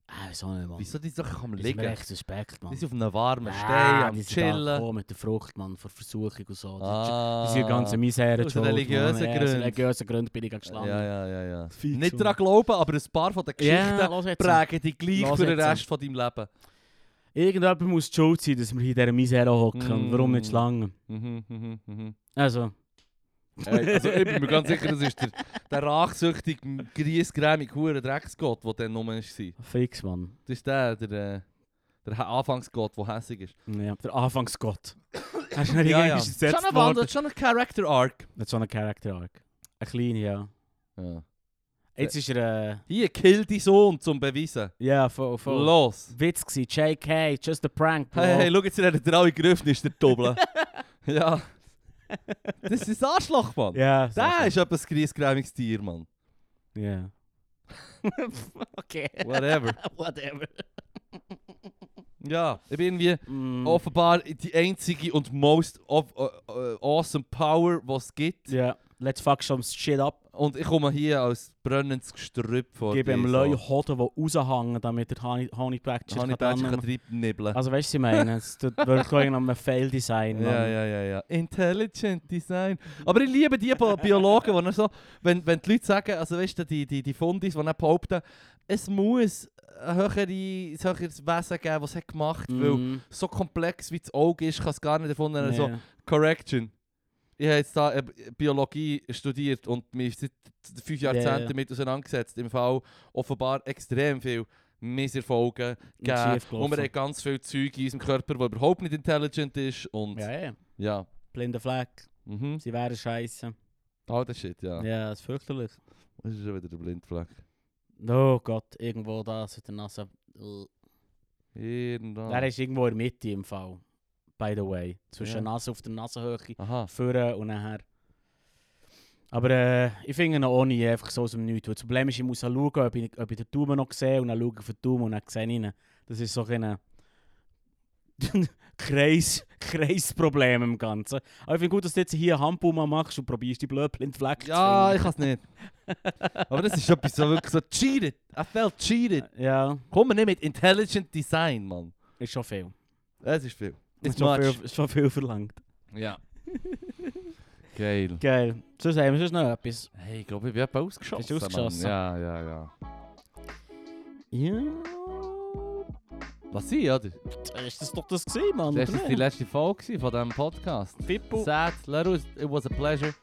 S3: Äh, wieso nicht, man?
S2: Wieso die Sachen am
S3: Das ist mir
S2: liegen?
S3: echt Respekt, man. Äh,
S2: Die sind auf einem warmen Stein, am
S3: die sind
S2: Chillen.
S3: angekommen mit der Frucht, man, von Versuchung und so.
S2: Ah.
S3: Das ist die ganze Misere.
S2: Aus
S3: schuld, Mann.
S2: religiösen
S3: Ja, Aus
S2: Gründen.
S3: religiösen Gründen bin ich geschlagen.
S2: Ja, ja, ja, ja.
S3: Fix,
S2: Nicht
S3: Mann.
S2: daran glauben, aber ein paar von den Geschichten
S3: Ja, los jetzt.
S2: prägen dich gleich
S3: Lass
S2: für den
S3: jetzt.
S2: Rest von deinem Leben.
S3: Irgendjemand muss die schuld sein, dass wir hier in dieser Misere hocken.
S2: Mm.
S3: Warum nicht Schlangen?
S2: Mhm, mhm, mhm.
S3: Also,
S2: Ey, also ich bin mir ganz sicher, das ist der, der rachsüchtige, griesgrämige hure Drecksgott, der dann nur ist. gewesen.
S3: fix, Mann.
S2: Das ist der, der, äh, der Ha- Anfangsgott, der hässig ist.
S3: Ja, der Anfangsgott. Hast du noch
S2: Ja,
S3: ja,
S2: ja.
S3: gesetzt
S2: Schon ein
S3: worden?
S2: Wandel, schon ein Character Arc.
S3: Das ist so ein Character Arc. Ein kleiner, ja.
S2: Ja.
S3: Jetzt ist er, äh,
S2: Hier, kill deinen Sohn zum Beweisen.
S3: ja, voll, voll.
S2: Los!
S3: Witz gewesen, JK, just a prank, bro.
S2: Hey, hey, schau jetzt, er hat alle gegriffen, ist der Doppel. ja. Das ist ein Arschloch, Mann.
S3: Ja,
S2: Der
S3: so-
S2: ist etwas griesgrämiges Tier, Mann.
S3: Ja. okay,
S2: Whatever.
S3: whatever.
S2: ja, ich bin irgendwie
S3: Mm.
S2: offenbar die einzige und most of, äh, äh, awesome Power, was es gibt.
S3: Ja, let's fuck some shit up.
S2: Und ich komme hier als brennendes Gestrüpp vor.
S3: Gib
S2: dir,
S3: ihm
S2: so.
S3: Leute Hoden, die raushängen, damit der Honey, Honey Badger
S2: Habe ich
S3: kann
S2: Badge
S3: dran-
S2: kann reinnibbeln.
S3: Also weißt du, was ich meine? Es tut wirklich irgendwie einem Fail-Design.
S2: Ja,
S3: Mann.
S2: ja, ja, ja. Intelligent Design. Aber ich liebe die Bi- Biologen, die dann so, wenn, wenn die Leute sagen, also weißt du, die, die, die Fundis, die dann behaupten, es muss ein höheres, ein höheres Wesen geben, was hat gemacht, weil
S3: Mhm.
S2: so komplex wie das Auge ist, kann es gar nicht erfunden werden. So,
S3: Ja.
S2: Correction. Ich habe jetzt da äh, Biologie studiert und mich seit fünf
S3: Ja, ja,
S2: Jahrzehnten
S3: ja.
S2: damit auseinandergesetzt. Im Fall offenbar extrem viel Misserfolge gegeben.
S3: schief
S2: Und wir
S3: gelaufen.
S2: haben ganz viel Zeug in unserem Körper, das überhaupt nicht intelligent ist. Und
S3: Ja, ja.
S2: ja.
S3: Blinder Fleck.
S2: Mhm.
S3: Sie wären scheiße.
S2: Oh, das Shit, ja.
S3: Ja. das ist fürchterlich.
S2: Das ist schon wieder der Blindfleck.
S3: Oh Gott, irgendwo da aus der Nase. Ugh.
S2: Irgendwann.
S3: Er ist irgendwo in der Mitte im Fall. By the way. Zwischen
S2: Ja.
S3: Nase auf der Nasenhöhe.
S2: Aha.
S3: Vorne und nachher. Aber äh, ich finde ihn auch nie einfach so aus dem Nichts. Weil Das Problem ist, ich muss auch schauen, ob ich, ob ich den Daumen noch sehe. Und dann schaue ich auf den Daumen und dann sehe ich ihn. Das ist so ein eh, Kreis, Kreisproblem im Ganzen. Aber ich finde gut, dass du jetzt hier einen Handbaum machst und probierst, die blöden Blindflecken
S2: Ja,
S3: zu
S2: ich kann es nicht. Aber das ist etwas so wirklich so cheated. I felt cheated.
S3: finden. Ja,
S2: Komm nicht mit Intelligent Design, Mann.
S3: ist schon viel.
S2: Das ist viel. It's
S3: Ist schon
S2: much.
S3: viel, ist schon viel verlangt.
S2: Ja. Geil.
S3: Geil. Sonst haben wir sonst noch etwas.
S2: Hey, ich glaube, ich bin etwa ausgeschossen.
S3: Bist du ausgeschossen?
S2: Mann. Ja, ja, ja.
S3: Ja.
S2: Was sie, oder?
S3: Ist das doch das gewesen, Mann?
S2: Das
S3: oder
S2: war die
S3: nicht?
S2: letzte Folge von diesem Podcast.
S3: Fippo.
S2: Sad, Larus, it was a pleasure.